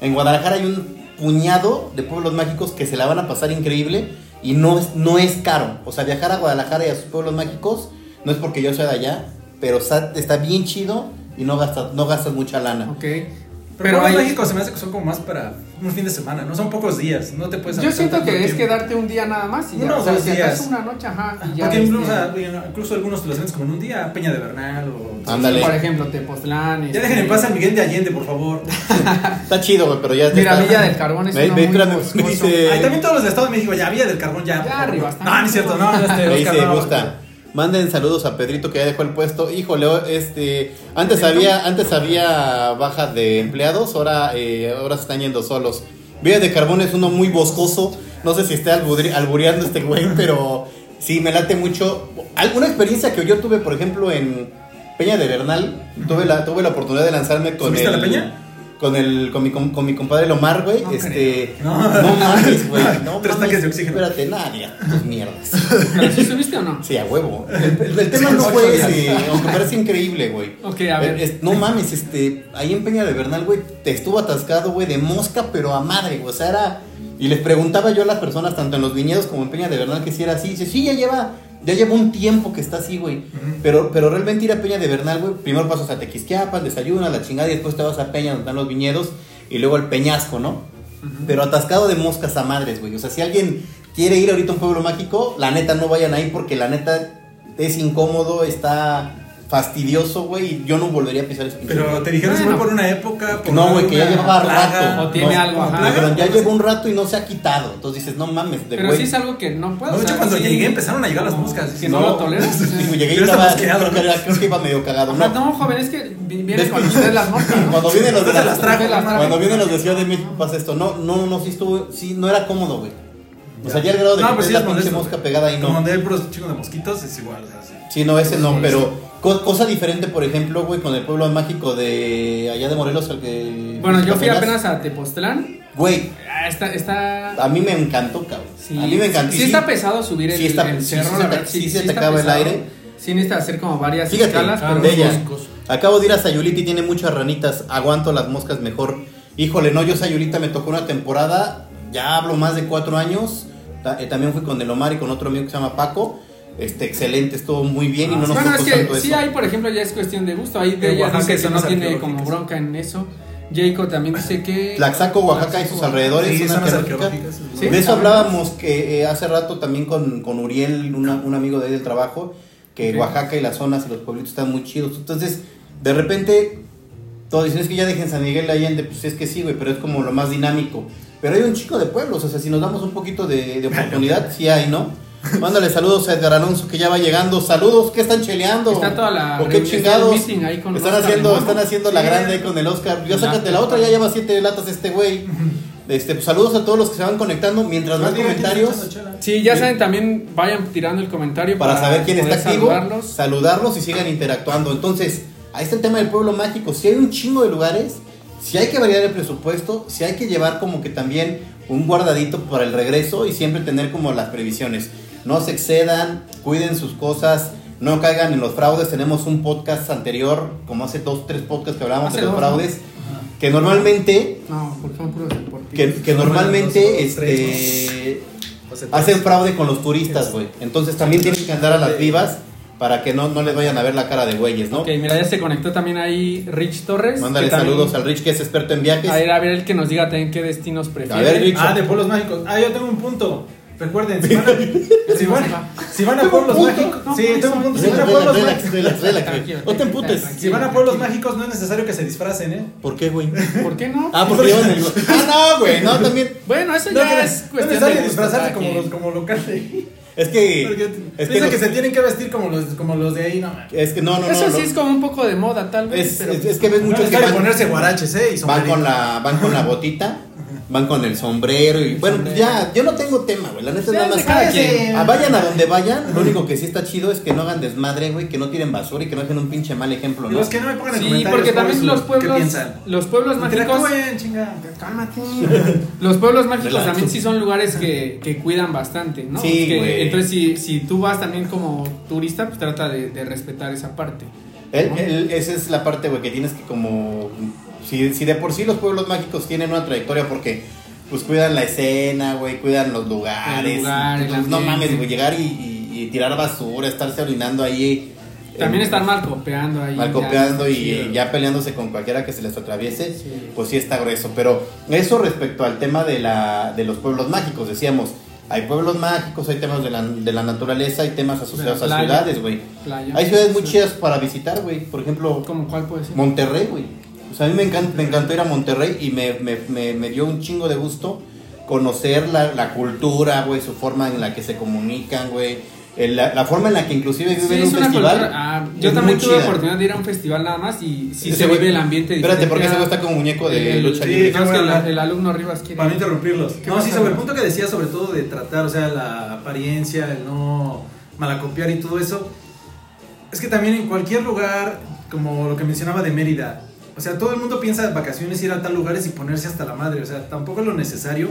Speaker 2: En Guadalajara hay un puñado de pueblos mágicos que se la van a pasar increíble y no es, no es caro. O sea, viajar a Guadalajara y a sus pueblos mágicos no es porque yo sea de allá, pero está, está bien chido y no gastas, no gastas mucha lana.
Speaker 3: Ok.
Speaker 4: Pero,
Speaker 3: Pero
Speaker 4: en
Speaker 3: hay-
Speaker 4: México se me hace que son como más para un fin de semana, no son pocos días, no te puedes
Speaker 3: Yo
Speaker 4: aventar
Speaker 3: siento
Speaker 4: tanto
Speaker 3: que es
Speaker 4: tiempo.
Speaker 3: quedarte un día nada más y ya.
Speaker 4: Uno o
Speaker 3: o sea,
Speaker 4: dos
Speaker 3: si acaso
Speaker 4: días.
Speaker 3: una noche, ajá. Y ya
Speaker 4: Porque
Speaker 3: este,
Speaker 4: incluso, bueno, incluso algunos te los hacen como en un día, Peña de Bernal o...
Speaker 2: Ándale.
Speaker 3: por ejemplo, Tepoztlán.
Speaker 4: Ya
Speaker 3: este,
Speaker 4: dejen en paz a Miguel de Allende, por favor.
Speaker 2: Está chido, güey, pero ya
Speaker 3: Mira,
Speaker 2: está-
Speaker 3: Villa del Carbón es
Speaker 2: Me-
Speaker 3: uno
Speaker 2: me-
Speaker 3: muy
Speaker 2: espérame, me
Speaker 3: boscoso.
Speaker 2: dice-
Speaker 4: Ahí también todos los del Estado de México, ya Villa del Carbón, ya.
Speaker 3: Ya
Speaker 4: por favor.
Speaker 3: arriba, está
Speaker 4: No, no es cierto, no, no, este,
Speaker 2: Me
Speaker 4: Oscar,
Speaker 2: dice,
Speaker 4: no.
Speaker 2: gusta. Manden saludos a Pedrito que ya dejó el puesto. Híjole, o- este, antes había, antes había bajas de empleados, ahora, eh, ahora se están yendo solos. Villas de Carbón es uno muy boscoso. No sé si está albudri- albureando este güey, pero sí, me late mucho. Alguna experiencia que yo tuve, por ejemplo, en Peña de Bernal, tuve la, tuve la oportunidad de lanzarme con
Speaker 4: ¿Subiste a
Speaker 2: el.
Speaker 4: la peña?
Speaker 2: Con, el, con, mi, com- con mi compadre Lomar, güey.
Speaker 3: No
Speaker 2: este.
Speaker 4: creo.
Speaker 2: No. mames, güey. No
Speaker 4: Tres
Speaker 2: mames,
Speaker 4: tanques de oxígeno.
Speaker 2: Espérate, nada, ya, tus mierdas.
Speaker 3: ¿Pero sí subiste o no?
Speaker 2: Sí, a huevo. El, el- el tema no fue ese, aunque parece increíble, güey.
Speaker 3: Ok, a ver.
Speaker 2: Es- no mames, este, ahí en Peña de Bernal, güey, te estuvo atascado, güey, de mosca, pero a madre, güey. O sea, era. Y les preguntaba yo a las personas, tanto en los viñedos como en Peña de Bernal, que si era así. Dice, sí, ya lleva, ya lleva un tiempo que está así, güey. Pero, pero realmente ir a Peña de Bernal, güey, primero pasas a Tequisquiapan, desayunas, la chingada, y después te vas a Peña, donde están los viñedos, y luego al Peñasco, ¿no? Pero atascado de moscas a madres, güey. O sea, si alguien quiere ir ahorita a un pueblo mágico, la neta no vayan ahí porque la neta es incómodo, está fastidioso, güey. y Yo no volvería a pisar ese pinche
Speaker 4: Pero
Speaker 2: lugar.
Speaker 4: te dijeron, se fue
Speaker 3: Bueno.
Speaker 4: por una época. Por
Speaker 2: No, güey, que ya
Speaker 4: una
Speaker 2: llevaba
Speaker 4: plaga.
Speaker 2: rato.
Speaker 3: O tiene
Speaker 2: No,
Speaker 3: algo,
Speaker 2: como
Speaker 3: ajá.
Speaker 2: plaga, Pero ya
Speaker 4: no sé.
Speaker 2: lleva un rato y no se ha quitado. Entonces dices, no mames, de
Speaker 3: Pero
Speaker 2: güey.
Speaker 3: sí es algo que no puedo. o
Speaker 4: No, de hecho,
Speaker 3: sea,
Speaker 4: cuando
Speaker 3: sí.
Speaker 4: llegué empezaron a llegar las moscas.
Speaker 3: Que no,
Speaker 2: No.
Speaker 3: lo toleras. o sea.
Speaker 2: Sí, güey, llegué y
Speaker 4: Pero
Speaker 2: estaba,
Speaker 4: está mosqueado,
Speaker 2: creo, que
Speaker 4: ¿no?
Speaker 2: era- creo que iba medio cagado.
Speaker 3: Ajá,
Speaker 2: No,
Speaker 3: no, joven, es que vi- vienes con ustedes las moscas. ¿no?
Speaker 2: Cuando vienen los de
Speaker 4: Ustedes
Speaker 2: las-
Speaker 4: las trajo,
Speaker 3: las trajo.
Speaker 2: Cuando vienen los de Ciudad de México pasa esto. No, no, no, sí estuvo, sí, no era cómodo, güey. O sea, ya el grado de
Speaker 4: No,
Speaker 2: que
Speaker 4: pues
Speaker 2: estés
Speaker 4: sí
Speaker 2: la
Speaker 4: es
Speaker 2: pinche
Speaker 4: molesto,
Speaker 2: mosca
Speaker 4: güey.
Speaker 2: pegada y no.
Speaker 4: Como donde hay puros chicos de mosquitos, es igual. o sea, sí.
Speaker 2: Sí, no, ese no,
Speaker 3: Sí,
Speaker 2: pero co- cosa diferente, por ejemplo, güey, con el pueblo mágico de allá de Morelos, al que...
Speaker 3: Bueno, yo fui
Speaker 2: apenas-
Speaker 3: apenas a Tepoztlán.
Speaker 2: Güey,
Speaker 3: Ah, Está. está...
Speaker 2: a mí me encantó, cabrón.
Speaker 3: Sí,
Speaker 2: a mí me encantó.
Speaker 3: sí,
Speaker 2: y
Speaker 3: está pesado subir el,
Speaker 2: sí está- sí,
Speaker 3: el
Speaker 2: sí
Speaker 3: cerro,
Speaker 2: se
Speaker 3: la
Speaker 2: te-
Speaker 3: verdad.
Speaker 2: sí se te
Speaker 3: está
Speaker 2: acaba el
Speaker 3: pesado.
Speaker 2: aire.
Speaker 3: Sí necesitas hacer como varias
Speaker 2: Fíjate, ah,
Speaker 3: escalas, pero
Speaker 2: de ella.
Speaker 3: sí.
Speaker 2: Acabo de ir a Sayulita y tiene muchas ranitas. Aguanto las moscas mejor. Híjole, no, yo Sayulita me tocó una temporada. Ya hablo más de cuatro años. Ta- eh, también fui con Delomar y con otro amigo que se llama Paco. Este, excelente, estuvo muy bien y no nos
Speaker 3: Ah, bueno, es
Speaker 2: tocó
Speaker 3: que
Speaker 2: tanto
Speaker 3: sí
Speaker 2: eso.
Speaker 3: hay, por ejemplo, ya es cuestión de gusto. Ahí
Speaker 4: En
Speaker 3: de ella
Speaker 4: Oaxaca
Speaker 3: dice
Speaker 4: hay
Speaker 3: que no
Speaker 4: zonas
Speaker 3: tiene
Speaker 4: arqueológicas.
Speaker 3: como bronca en eso. Jacob también dice que...
Speaker 2: Tlaxaco, Oaxaca y sus alrededores.
Speaker 4: Sí,
Speaker 2: son
Speaker 4: zonas
Speaker 2: arqueológicas.
Speaker 4: arqueológicas, es
Speaker 3: Sí.
Speaker 2: De eso hablábamos que eh, hace rato también con, con Uriel, una- un amigo de ahí del trabajo, que
Speaker 3: Ok.
Speaker 2: Oaxaca y las zonas y los pueblitos están muy chidos. Entonces, de repente, todos dicen, es que ya dejen San Miguel de Allende, pues es que sí, güey, pero es como lo más dinámico. Pero hay un chico de pueblos, o sea, si nos damos un poquito de, de oportunidad, sí hay, ¿no? Mándale saludos a Edgar Alonso que ya va llegando. Saludos, ¿qué están cheleando?
Speaker 3: Está toda la
Speaker 2: ¿O qué
Speaker 3: reunión,
Speaker 2: chingados?
Speaker 3: está el meeting ahí con
Speaker 2: están,
Speaker 3: Oscar
Speaker 2: haciendo,
Speaker 3: Limón.
Speaker 2: están haciendo la grande ahí con el Oscar. Ya
Speaker 3: Exacto.
Speaker 2: sácate la otra, ya lleva siete latas este güey. Este, pues, saludos a todos los que se van conectando. Mientras más comentarios,
Speaker 3: Sí, ya saben, también vayan tirando el comentario
Speaker 2: para saber quién está
Speaker 3: poder
Speaker 2: activo,
Speaker 3: saludarlos.
Speaker 2: saludarlos y sigan interactuando. Entonces, ahí está el tema del pueblo mágico. Si hay un chingo de lugares, si hay que variar el presupuesto, si hay que llevar como que también un guardadito para el regreso y siempre tener como las previsiones. No se excedan, cuiden sus cosas, no caigan en los fraudes. Tenemos un podcast anterior, como hace dos, tres podcasts que hablábamos
Speaker 3: Hace
Speaker 2: de los
Speaker 3: dos, ¿no?
Speaker 2: fraudes, que normalmente,
Speaker 3: No, porque son puros deportivos.
Speaker 2: que, que
Speaker 4: Son
Speaker 2: normalmente,
Speaker 4: dos, tres,
Speaker 2: este... Hacen fraude con los turistas, güey. Entonces también tienen que andar a las vivas para que no, no les vayan a ver la cara de güeyes, ¿no?
Speaker 3: Ok, mira, ya se conectó también ahí Rich Torres.
Speaker 2: Mándale
Speaker 3: que también-
Speaker 2: saludos al Rich que es experto en viajes.
Speaker 3: A ver, a ver el que nos diga también qué destinos prefiere.
Speaker 2: ver, Rich.
Speaker 4: Ah, de pueblos mágicos. Ah, yo tengo un punto. Recuerden, si van a, si van, si van a pueblos
Speaker 2: punto?
Speaker 4: mágicos.
Speaker 3: No,
Speaker 4: sí,
Speaker 3: no,
Speaker 4: tengo un
Speaker 3: no,
Speaker 4: punto. Si van a
Speaker 2: Relax,
Speaker 4: pueblos
Speaker 2: relax,
Speaker 4: mágicos.
Speaker 2: relax, relax, güey.
Speaker 3: Tranquilo,
Speaker 2: No te
Speaker 3: tranquilo,
Speaker 2: emputes.
Speaker 3: tranquilo.
Speaker 4: Si van a pueblos mágicos, no es necesario que se disfracen, ¿eh?
Speaker 2: ¿Por qué, güey?
Speaker 3: ¿Por qué no?
Speaker 2: Ah, porque llevan el... Ah, no, güey, no, también...
Speaker 3: Bueno, eso
Speaker 4: No,
Speaker 3: Pues ya
Speaker 4: no
Speaker 3: es
Speaker 4: no es
Speaker 3: cuestión
Speaker 4: necesario
Speaker 3: de gusto,
Speaker 4: disfrazarse
Speaker 3: cada
Speaker 4: como,
Speaker 3: quien.
Speaker 4: los, como local de-
Speaker 2: Es que...
Speaker 4: Porque
Speaker 2: Es que,
Speaker 4: piensa
Speaker 2: nos-
Speaker 4: que se tienen que vestir como los, como los de ahí, no man.
Speaker 2: es que no, no, no.
Speaker 3: Eso
Speaker 2: no.
Speaker 3: sí es como un poco de moda, tal vez.
Speaker 2: Es-
Speaker 3: pero...
Speaker 2: es- es que ves
Speaker 4: No
Speaker 2: muchos
Speaker 4: les
Speaker 2: que
Speaker 4: cabe
Speaker 2: van-
Speaker 4: ponerse guaraches, ¿eh? Y
Speaker 2: van con
Speaker 4: sombrerito.
Speaker 2: la van con la botita van con el sombrero y bueno pues ya yo no tengo tema güey la neta
Speaker 3: Ya,
Speaker 2: nada más
Speaker 3: de cada quien.
Speaker 2: Ah, vayan a donde vayan lo único que sí está chido es que no hagan desmadre güey que no tiren basura y que no dejen un pinche mal ejemplo
Speaker 4: Y
Speaker 2: no
Speaker 4: los que no me pongan en
Speaker 3: Sí,
Speaker 4: comentarios
Speaker 3: porque
Speaker 4: cuáles
Speaker 3: también
Speaker 4: son
Speaker 3: los
Speaker 4: ¿Qué
Speaker 3: pueblos,
Speaker 4: piensan?
Speaker 3: los pueblos mágicos,
Speaker 4: Interactúen, chinga.
Speaker 3: Cálmate. los pueblos mágicos
Speaker 2: Relax.
Speaker 3: también sí son lugares que, que cuidan bastante, ¿no?
Speaker 2: Sí,
Speaker 3: Que-
Speaker 2: güey.
Speaker 3: entonces si, si tú vas también como turista, pues trata de, de respetar esa parte.
Speaker 2: El- el- esa es la parte güey que tienes que como si, si de por sí los pueblos mágicos tienen una trayectoria porque pues cuidan la escena güey cuidan los lugares
Speaker 3: El lugar, el
Speaker 2: Entonces, no
Speaker 3: ambiente.
Speaker 2: mames güey llegar y, y- y tirar basura estarse orinando ahí
Speaker 3: También
Speaker 2: eh,
Speaker 3: están mal copeando ahí.
Speaker 2: mal copiando y
Speaker 3: ya.
Speaker 2: eh, ya peleándose con cualquiera que se les atraviese,
Speaker 3: Sí.
Speaker 2: pues sí está grueso. Pero eso respecto al tema de, la, de los pueblos mágicos, decíamos, hay pueblos mágicos, hay temas de la, de la naturaleza, hay temas asociados
Speaker 3: De la
Speaker 2: a
Speaker 3: playa.
Speaker 2: ciudades, güey.
Speaker 3: Playa.
Speaker 2: Hay ciudades muy
Speaker 3: Sí.
Speaker 2: chidas para visitar, güey. Por ejemplo,
Speaker 3: ¿Cómo cuál puede ser?
Speaker 2: Monterrey, güey. O sea, a mí me, encanta, me encantó ir a Monterrey y me, me- me- me dio un chingo de gusto conocer la, la cultura, güey, su forma en la que se comunican, güey. El- La, la forma en la que inclusive
Speaker 3: Sí,
Speaker 2: viven
Speaker 3: es
Speaker 2: un
Speaker 3: una
Speaker 2: festival.
Speaker 3: cultura- ah, yo
Speaker 2: es
Speaker 3: también
Speaker 2: muy
Speaker 3: tuve
Speaker 2: chida.
Speaker 3: oportunidad de ir a un festival nada más y sí
Speaker 2: Ese
Speaker 3: se
Speaker 2: güey-
Speaker 3: vive el ambiente
Speaker 2: Espérate, porque ese
Speaker 3: se
Speaker 2: güey está como muñeco de
Speaker 3: el-
Speaker 2: lucha
Speaker 4: sí,
Speaker 2: libre.
Speaker 4: Creo que
Speaker 3: el,
Speaker 4: la-
Speaker 3: el alumno Rivas quiere.
Speaker 4: Para no interrumpirlos.
Speaker 3: ¿Qué
Speaker 4: No,
Speaker 3: pasa?
Speaker 4: sí, sobre el punto que decía, sobre todo de tratar, o sea, la apariencia, el no malacopiar y todo eso. Es que también en cualquier lugar, como lo que mencionaba de Mérida, o sea, todo el mundo piensa en vacaciones ir a tal lugares y ponerse hasta la madre, o sea, tampoco es lo necesario.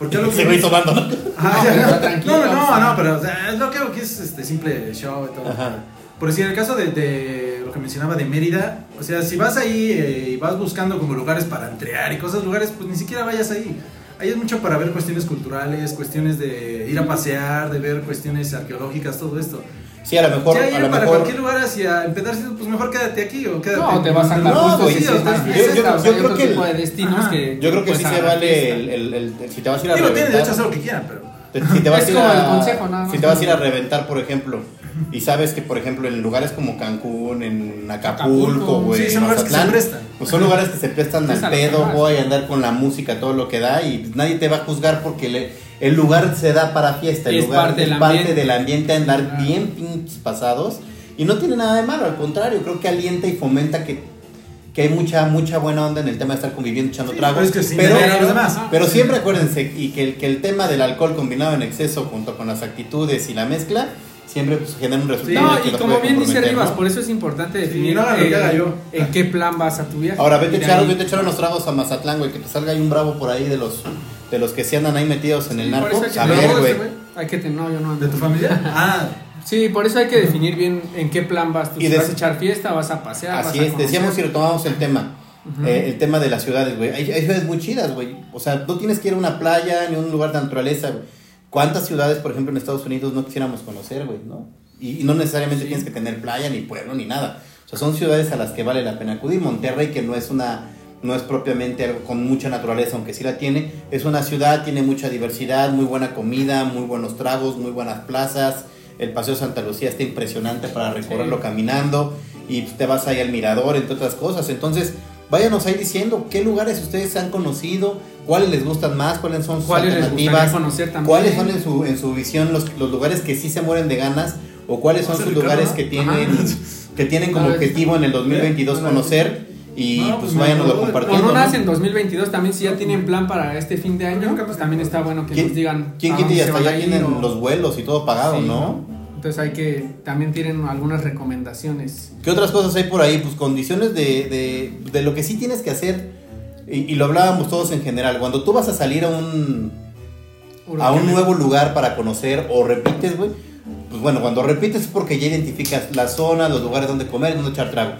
Speaker 4: Porque es lo que
Speaker 2: Se güey tomando, ¿no?
Speaker 4: Ajá,
Speaker 3: No,
Speaker 4: o sea,
Speaker 3: pero
Speaker 4: no,
Speaker 3: tranquilo,
Speaker 4: no,
Speaker 3: o
Speaker 4: no,
Speaker 3: sea.
Speaker 4: no, pero o sea, es lo que creo que es este simple show y todo.
Speaker 2: Ajá.
Speaker 4: Por decir, el caso de, de lo que mencionaba de Mérida, o sea, si vas ahí eh, y vas buscando como lugares para entrear y cosas, lugares, pues ni siquiera vayas ahí. Ahí es mucho para ver cuestiones culturales, cuestiones de ir a pasear, de ver cuestiones arqueológicas, todo esto.
Speaker 2: Sí, a lo mejor.
Speaker 4: ya ir
Speaker 2: a lo
Speaker 4: para
Speaker 2: mejor
Speaker 4: cualquier lugar hacia empedarse, pues mejor quédate aquí o quédate.
Speaker 3: No, te vas a
Speaker 2: No,
Speaker 3: andar justo
Speaker 2: güey,
Speaker 3: si
Speaker 2: sí,
Speaker 3: se
Speaker 2: o
Speaker 4: pues,
Speaker 3: está
Speaker 2: sea, yo-
Speaker 3: en fiesta,
Speaker 2: yo-
Speaker 3: o sea,
Speaker 2: yo creo
Speaker 3: otro
Speaker 2: que el-
Speaker 3: tipo de destinos
Speaker 4: Ajá.
Speaker 3: que
Speaker 2: yo creo que
Speaker 3: pues,
Speaker 2: sí
Speaker 3: a
Speaker 2: se
Speaker 3: la
Speaker 2: vale
Speaker 3: fiesta.
Speaker 2: el, el, el- Si te vas a ir a
Speaker 4: Digo, tienen derecho a
Speaker 2: reventar.
Speaker 4: hacer lo que quieran, pero.
Speaker 2: te- Si te vas
Speaker 3: Es
Speaker 2: a ir
Speaker 3: como
Speaker 2: a-
Speaker 3: el consejo, nada más.
Speaker 2: Si te vas a ir a reventar, por ejemplo. Y sabes que, por ejemplo, en lugares como Cancún, en Acapulco,
Speaker 3: Acapulco,
Speaker 2: güey,
Speaker 4: sí, son lugares que se
Speaker 2: Mazatlán,
Speaker 4: prestan.
Speaker 2: Pues son lugares que se prestan
Speaker 3: Sí, es
Speaker 2: al
Speaker 3: a lo que
Speaker 2: pedo,
Speaker 3: vas.
Speaker 2: güey, a andar con la música, todo lo que da. Y pues nadie te va a juzgar porque le- el lugar se da para fiesta. El
Speaker 3: Es
Speaker 2: lugar
Speaker 3: parte
Speaker 2: es
Speaker 3: del
Speaker 2: parte
Speaker 3: ambiente.
Speaker 2: del ambiente, andar
Speaker 3: Claro.
Speaker 2: bien pinches pasados. Y no tiene nada de malo, al contrario, creo que alienta y fomenta que que hay mucha, mucha buena onda en el tema de estar conviviendo, echando
Speaker 4: Sí,
Speaker 2: tragos.
Speaker 4: pero es que sin
Speaker 2: pero,
Speaker 4: ver a los demás.
Speaker 2: pero siempre acuérdense y que el, que el tema del alcohol combinado en exceso junto con las actitudes y la mezcla siempre pues, genera un resultado.
Speaker 3: No,
Speaker 2: que
Speaker 3: y
Speaker 2: los
Speaker 3: como
Speaker 2: puede
Speaker 3: bien dice
Speaker 2: comprometer,
Speaker 3: Rivas,
Speaker 2: ¿no?
Speaker 3: por eso es importante definir
Speaker 4: no hagan lo que haga yo.
Speaker 3: en qué plan vas a tu viaje.
Speaker 2: Ahora vete
Speaker 3: Y de
Speaker 2: a echar,
Speaker 3: pues, ahí-
Speaker 2: vete a echar unos tragos a Mazatlán, güey, que te salga ahí un bravo por ahí de los de los que se andan ahí metidos en el
Speaker 3: Sí, por
Speaker 2: narco.
Speaker 3: eso hay que-
Speaker 2: A
Speaker 3: ¿Bravo
Speaker 2: ver,
Speaker 3: ese
Speaker 2: güey.
Speaker 3: güey? Hay que tener, no, yo no ando.
Speaker 4: ¿De tu familia? Ah,
Speaker 3: Sí, por eso hay que definir bien en qué plan vas tú.
Speaker 2: Y
Speaker 3: Si
Speaker 2: de-
Speaker 3: vas a echar fiesta, vas a pasear, vas
Speaker 2: Así
Speaker 3: a
Speaker 2: es,
Speaker 3: conocer.
Speaker 2: decíamos y retomamos el tema. eh, el tema de las ciudades, güey. Hay, hay ciudades muy chidas, güey. O sea, no tienes que ir a una playa ni a un lugar de naturaleza, güey. ¿Cuántas ciudades, por ejemplo, en Estados Unidos no quisiéramos conocer, güey, no? Y, y no necesariamente tienes que tener playa, ni pueblo, ni nada. O sea, son ciudades a las que vale la pena acudir. Monterrey, que no es una... No es propiamente algo con mucha naturaleza, aunque sí la tiene. Es una ciudad, tiene mucha diversidad, muy buena comida, muy buenos tragos, muy buenas plazas. El Paseo Santa Lucía está impresionante para recorrerlo
Speaker 3: Sí.
Speaker 2: caminando y te vas ahí al mirador, entre otras cosas. Entonces, Váyanos ahí diciendo qué lugares ustedes han conocido, cuáles les gustan más, cuáles son sus
Speaker 3: ¿Cuáles les gustaría
Speaker 2: alternativas,
Speaker 3: conocer también?
Speaker 2: cuáles son en su, en su visión los, los lugares que sí se mueren de ganas o cuáles son
Speaker 4: Vamos a
Speaker 2: sus
Speaker 4: Ricardo,
Speaker 2: lugares
Speaker 4: ¿no?
Speaker 2: que tienen, que tienen como
Speaker 3: Ahora,
Speaker 2: objetivo en el 2022
Speaker 4: ahora.
Speaker 2: conocer y
Speaker 4: No,
Speaker 2: pues
Speaker 4: pues,
Speaker 2: váyanoslo
Speaker 4: mejor.
Speaker 3: O
Speaker 2: compartiendo.
Speaker 3: no
Speaker 2: ¿no?
Speaker 3: nace en 2022, también si ya tienen plan para este fin de año, pues también está bueno que nos digan.
Speaker 2: ¿Quién, quién
Speaker 3: a
Speaker 2: quita y
Speaker 3: dónde se
Speaker 2: hasta
Speaker 3: van
Speaker 2: allá
Speaker 3: a ir
Speaker 2: tienen
Speaker 3: o-
Speaker 2: los vuelos y todo pagado,
Speaker 3: Sí,
Speaker 2: ¿no?
Speaker 3: Entonces hay que, también tienen algunas recomendaciones.
Speaker 2: ¿Qué otras cosas hay por ahí? Pues condiciones de, de, de lo que sí tienes que hacer. Y, y lo hablábamos todos en general. Cuando tú vas a salir a un, a un nuevo lugar para conocer o repites, güey. Pues bueno, cuando repites es porque ya identificas las zonas, los lugares donde comer, donde echar trago.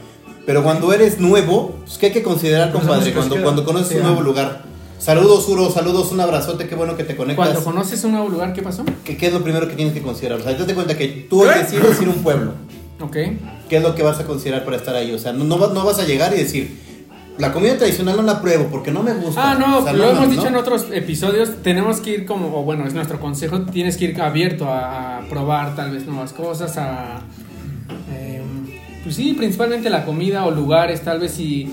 Speaker 2: Pero cuando eres nuevo, pues ¿qué hay que considerar,
Speaker 4: Pues
Speaker 2: compadre?
Speaker 4: somos
Speaker 2: Cuando,
Speaker 4: pesqueros.
Speaker 2: cuando conoces
Speaker 4: Sí,
Speaker 2: un
Speaker 4: ah.
Speaker 2: nuevo lugar. Saludos, Uro, saludos, un abrazote, qué bueno que te conectas.
Speaker 3: Cuando conoces un nuevo lugar, ¿qué pasó?
Speaker 2: ¿Qué, qué es lo primero que tienes que considerar? O sea, date cuenta que tú
Speaker 4: ¿Eh?
Speaker 2: decides ir a un pueblo.
Speaker 3: Ok.
Speaker 2: ¿Qué es lo que vas a considerar para estar ahí? O sea, no, no, vas- no vas a llegar y decir, la comida tradicional no la pruebo porque no me gusta.
Speaker 3: Ah, no,
Speaker 2: O sea,
Speaker 3: lo hemos
Speaker 2: mames,
Speaker 3: dicho en
Speaker 2: ¿no?
Speaker 3: otros episodios, tenemos que ir como, o bueno, es nuestro consejo, tienes que ir abierto a, a probar tal vez nuevas cosas, a... eh, pues sí, principalmente la comida o lugares, tal vez si...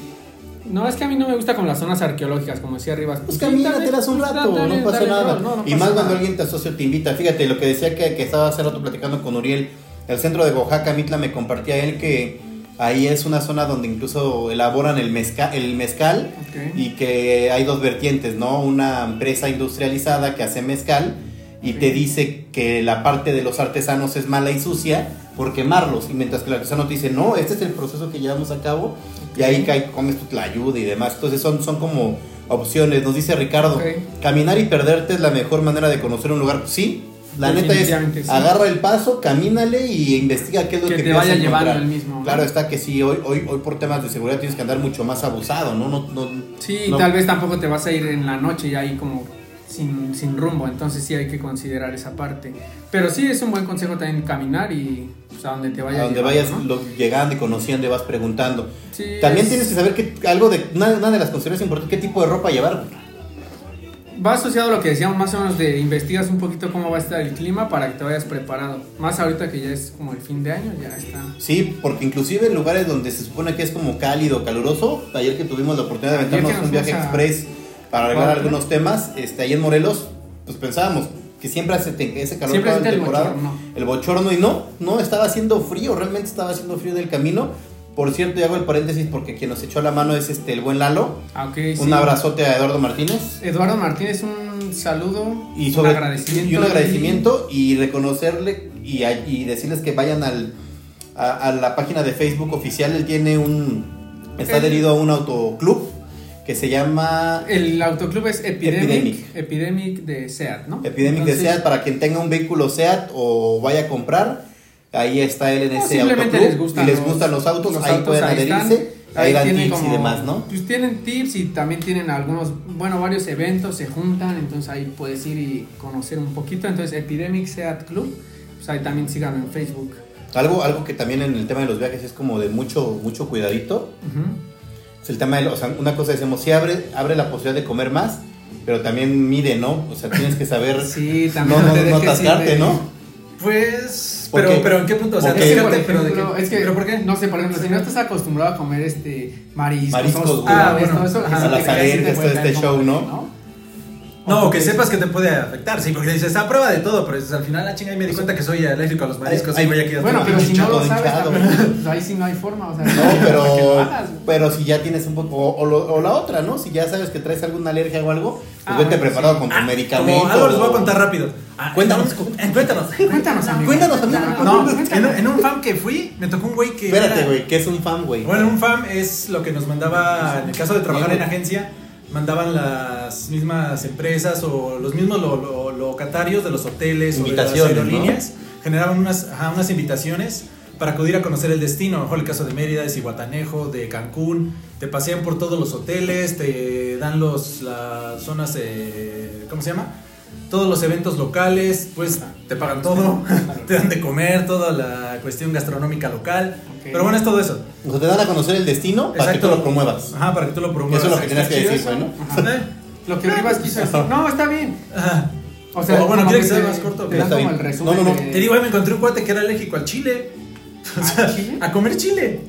Speaker 3: No, es que a mí no me gusta con las zonas arqueológicas, como decía Rivas.
Speaker 2: Pues
Speaker 3: Sí, dale,
Speaker 2: camínatelas un
Speaker 3: pues,
Speaker 2: rato,
Speaker 3: dale,
Speaker 2: no pasa
Speaker 3: dale,
Speaker 2: nada.
Speaker 3: no, no
Speaker 2: y
Speaker 3: pasa
Speaker 2: más cuando
Speaker 3: nada.
Speaker 2: alguien te asocia o te invita. Fíjate, lo que decía que, que estaba hace rato platicando con Uriel, el centro de Oaxaca, Mitla, me compartía él que ahí es una zona donde incluso elaboran el, mezca, el mezcal
Speaker 3: Ok.
Speaker 2: y que hay dos vertientes, ¿no? Una empresa industrializada que hace mezcal y te dice que la parte de los artesanos es mala y sucia por quemarlos, y mientras que el artesano te dice, no, este es el proceso que llevamos a cabo, y ahí cae, comes tu tlayuda y demás. Entonces son, son como opciones, nos dice Ricardo,
Speaker 3: Ok.
Speaker 2: caminar y perderte es la mejor manera de conocer un lugar. Sí, la neta es,
Speaker 3: Pues Definitivamente, sí.
Speaker 2: agarra el paso, camínale y investiga qué es lo que,
Speaker 3: Que te
Speaker 2: vas a
Speaker 3: vaya llevando
Speaker 2: encontrar.
Speaker 3: el mismo, ¿no?
Speaker 2: Claro está que sí, hoy, hoy, hoy por temas de seguridad tienes que andar mucho más abusado, ¿no? no, no
Speaker 3: Sí,
Speaker 2: no-
Speaker 3: tal vez tampoco te vas a ir en la noche y ahí como sin, sin rumbo, entonces sí hay que considerar esa parte. Pero sí es un buen consejo también caminar y pues, a donde te vaya
Speaker 2: A donde
Speaker 3: llevando,
Speaker 2: vayas
Speaker 3: ¿no?
Speaker 2: lo- llegando y conociendo y vas preguntando.
Speaker 3: Sí,
Speaker 2: También
Speaker 3: es-
Speaker 2: tienes que saber que algo de una, una de las consideraciones importantes, qué tipo de ropa llevar.
Speaker 3: Va asociado a lo que decíamos más o menos de investigas un poquito cómo va a estar el clima para que te vayas preparado. Más ahorita que ya es como el fin de año, ya está.
Speaker 2: Sí, porque inclusive en lugares donde se supone que es como cálido, caluroso, ayer que tuvimos la oportunidad de
Speaker 3: Ayer que
Speaker 2: aventarnos
Speaker 3: nos
Speaker 2: un viaje
Speaker 3: fuimos a-
Speaker 2: express para arreglar
Speaker 3: Guadalajara.
Speaker 2: algunos temas, este, ahí en Morelos, pues pensábamos que siempre hace te- ese calor
Speaker 3: Siempre
Speaker 2: toda la
Speaker 3: siente el
Speaker 2: temporada,
Speaker 3: bochorno.
Speaker 2: el bochorno, y no, no, estaba haciendo frío, realmente estaba haciendo frío del camino. Por cierto, y hago el paréntesis porque quien nos echó la mano es este el buen Lalo.
Speaker 3: Ah, ok, sí.
Speaker 2: Un abrazote a Eduardo Martínez.
Speaker 3: Eduardo Martínez, un saludo
Speaker 2: y sobre
Speaker 3: un agradecimiento.
Speaker 2: y un agradecimiento y reconocerle y, a- y decirles que vayan al a, a la página de Facebook oficial él tiene un está
Speaker 3: El-
Speaker 2: adherido a un autoclub que se llama
Speaker 3: El autoclub es Epidemic,
Speaker 2: Epidemic.
Speaker 3: Epidemic, de SEAT, ¿no?
Speaker 2: Epidemic
Speaker 3: Entonces,
Speaker 2: de SEAT para quien tenga un vehículo SEAT o vaya a comprar ahí está él en
Speaker 3: No,
Speaker 2: ese
Speaker 3: Ah, simplemente
Speaker 2: autoclub
Speaker 3: les gustan
Speaker 2: y les
Speaker 3: los-
Speaker 2: gustan los autos
Speaker 3: los
Speaker 2: ahí
Speaker 3: autos,
Speaker 2: pueden
Speaker 3: ahí están.
Speaker 2: adherirse ahí,
Speaker 3: Ahí
Speaker 2: dan
Speaker 3: tienen
Speaker 2: tips y
Speaker 3: como-
Speaker 2: demás no
Speaker 3: Pues tienen tips y también tienen algunos, bueno, varios eventos, se juntan, entonces ahí puedes ir y conocer un poquito. Entonces, Epidemic Seat Club, pues ahí también síganlo en Facebook.
Speaker 2: algo algo que también en el tema de los viajes es como de mucho mucho cuidadito
Speaker 3: Ujú.
Speaker 2: Es el tema de, o sea, una cosa decimos, sí abre, abre la posibilidad de comer más, pero también mide, ¿no? O sea, tienes que saber
Speaker 3: Sí, también
Speaker 2: no, no,
Speaker 3: te
Speaker 2: no
Speaker 3: dejes ir
Speaker 2: atascarte,
Speaker 3: de-
Speaker 2: ¿no?
Speaker 4: Pues.
Speaker 2: ¿Por
Speaker 4: Pero,
Speaker 2: qué?
Speaker 4: pero ¿en qué punto? O sea,
Speaker 2: ¿Por
Speaker 3: Es que,
Speaker 2: qué?
Speaker 3: por
Speaker 4: fíjate, pero de
Speaker 3: ejemplo,
Speaker 4: qué-
Speaker 3: es que,
Speaker 4: ¿Pero por qué?
Speaker 3: no sé, por ejemplo, si no estás acostumbrado a comer este mariscos,
Speaker 2: Mariscos,
Speaker 3: ostiones,
Speaker 2: ah,
Speaker 4: bueno,
Speaker 3: todo eso,
Speaker 4: a
Speaker 3: ajá,
Speaker 4: la
Speaker 3: te caes y
Speaker 2: saber
Speaker 3: te
Speaker 2: que está
Speaker 3: cuentan
Speaker 2: este
Speaker 3: cómo
Speaker 2: show,
Speaker 3: es,
Speaker 2: ¿no?
Speaker 4: No, que sepas que te puede afectar, sí, porque dices, ah, prueba de todo, pero dices, al final la chinga y me di cuenta que soy alérgico a los mariscos.
Speaker 2: Ay,
Speaker 4: y voy a quedar
Speaker 3: Bueno,
Speaker 4: todo
Speaker 3: pero si no
Speaker 4: hinchado.
Speaker 3: lo
Speaker 2: hinchado,
Speaker 3: sabes,
Speaker 2: hinchado.
Speaker 3: también, pues, ahí sí no hay forma, o sea,
Speaker 2: No,
Speaker 3: que lo
Speaker 2: pero,
Speaker 3: hagas, güey.
Speaker 2: pero si ya tienes un poco, o, o lo- o la otra, ¿no? Si ya sabes que traes alguna alergia o algo, pues
Speaker 3: Ah,
Speaker 2: vete
Speaker 3: bueno,
Speaker 2: preparado con tu
Speaker 4: Ah,
Speaker 2: medicamento.
Speaker 4: como algo les voy a contar rápido. Ah,
Speaker 2: Cuéntanos.
Speaker 4: eh, Cuéntanos.
Speaker 3: Cuéntanos, amigo.
Speaker 2: Cuéntanos, amigo.
Speaker 4: No, en, un- en un fan que fui, me tocó un güey que.
Speaker 2: Espérate,
Speaker 4: era-
Speaker 2: güey, que es un fan, güey.
Speaker 4: Bueno, un FAM es lo que nos mandaba, en el caso de trabajar en agencia, mandaban las mismas empresas o los mismos lo- lo- locatarios de los hoteles o de las
Speaker 2: Invitaciones, ¿no?
Speaker 4: aerolíneas, generaban unas, ajá, unas invitaciones para acudir a conocer el destino, a lo mejor el caso de Mérida, de Cihuatanejo, de Cancún, te pasean por todos los hoteles, te dan los, las zonas, eh, ¿cómo se llama? Todos los eventos locales, pues te pagan todo, te dan de comer, toda la cuestión gastronómica local,
Speaker 3: Ok.
Speaker 4: pero bueno, es todo eso.
Speaker 2: O sea, te dan a conocer el destino para que tú
Speaker 4: Exacto.
Speaker 2: lo promuevas.
Speaker 4: Ajá, para que tú lo promuevas.
Speaker 2: Eso es lo que tenías que
Speaker 4: Está
Speaker 2: decir,
Speaker 4: chido
Speaker 2: güey,
Speaker 4: eso. Ajá.
Speaker 3: Lo que Rivas quiso decir. No, está bien.
Speaker 4: Ajá.
Speaker 3: O sea,
Speaker 4: O bueno,
Speaker 3: como
Speaker 4: ¿quiere que sea
Speaker 3: te-
Speaker 4: más corto?
Speaker 3: Te dan
Speaker 2: Está
Speaker 3: como
Speaker 2: bien.
Speaker 3: el resumen.
Speaker 2: No, no, no.
Speaker 3: de-
Speaker 4: Te digo, ahí me encontré un cuate que era alérgico al chile.
Speaker 3: ¿Ah, chile?
Speaker 4: A comer chile.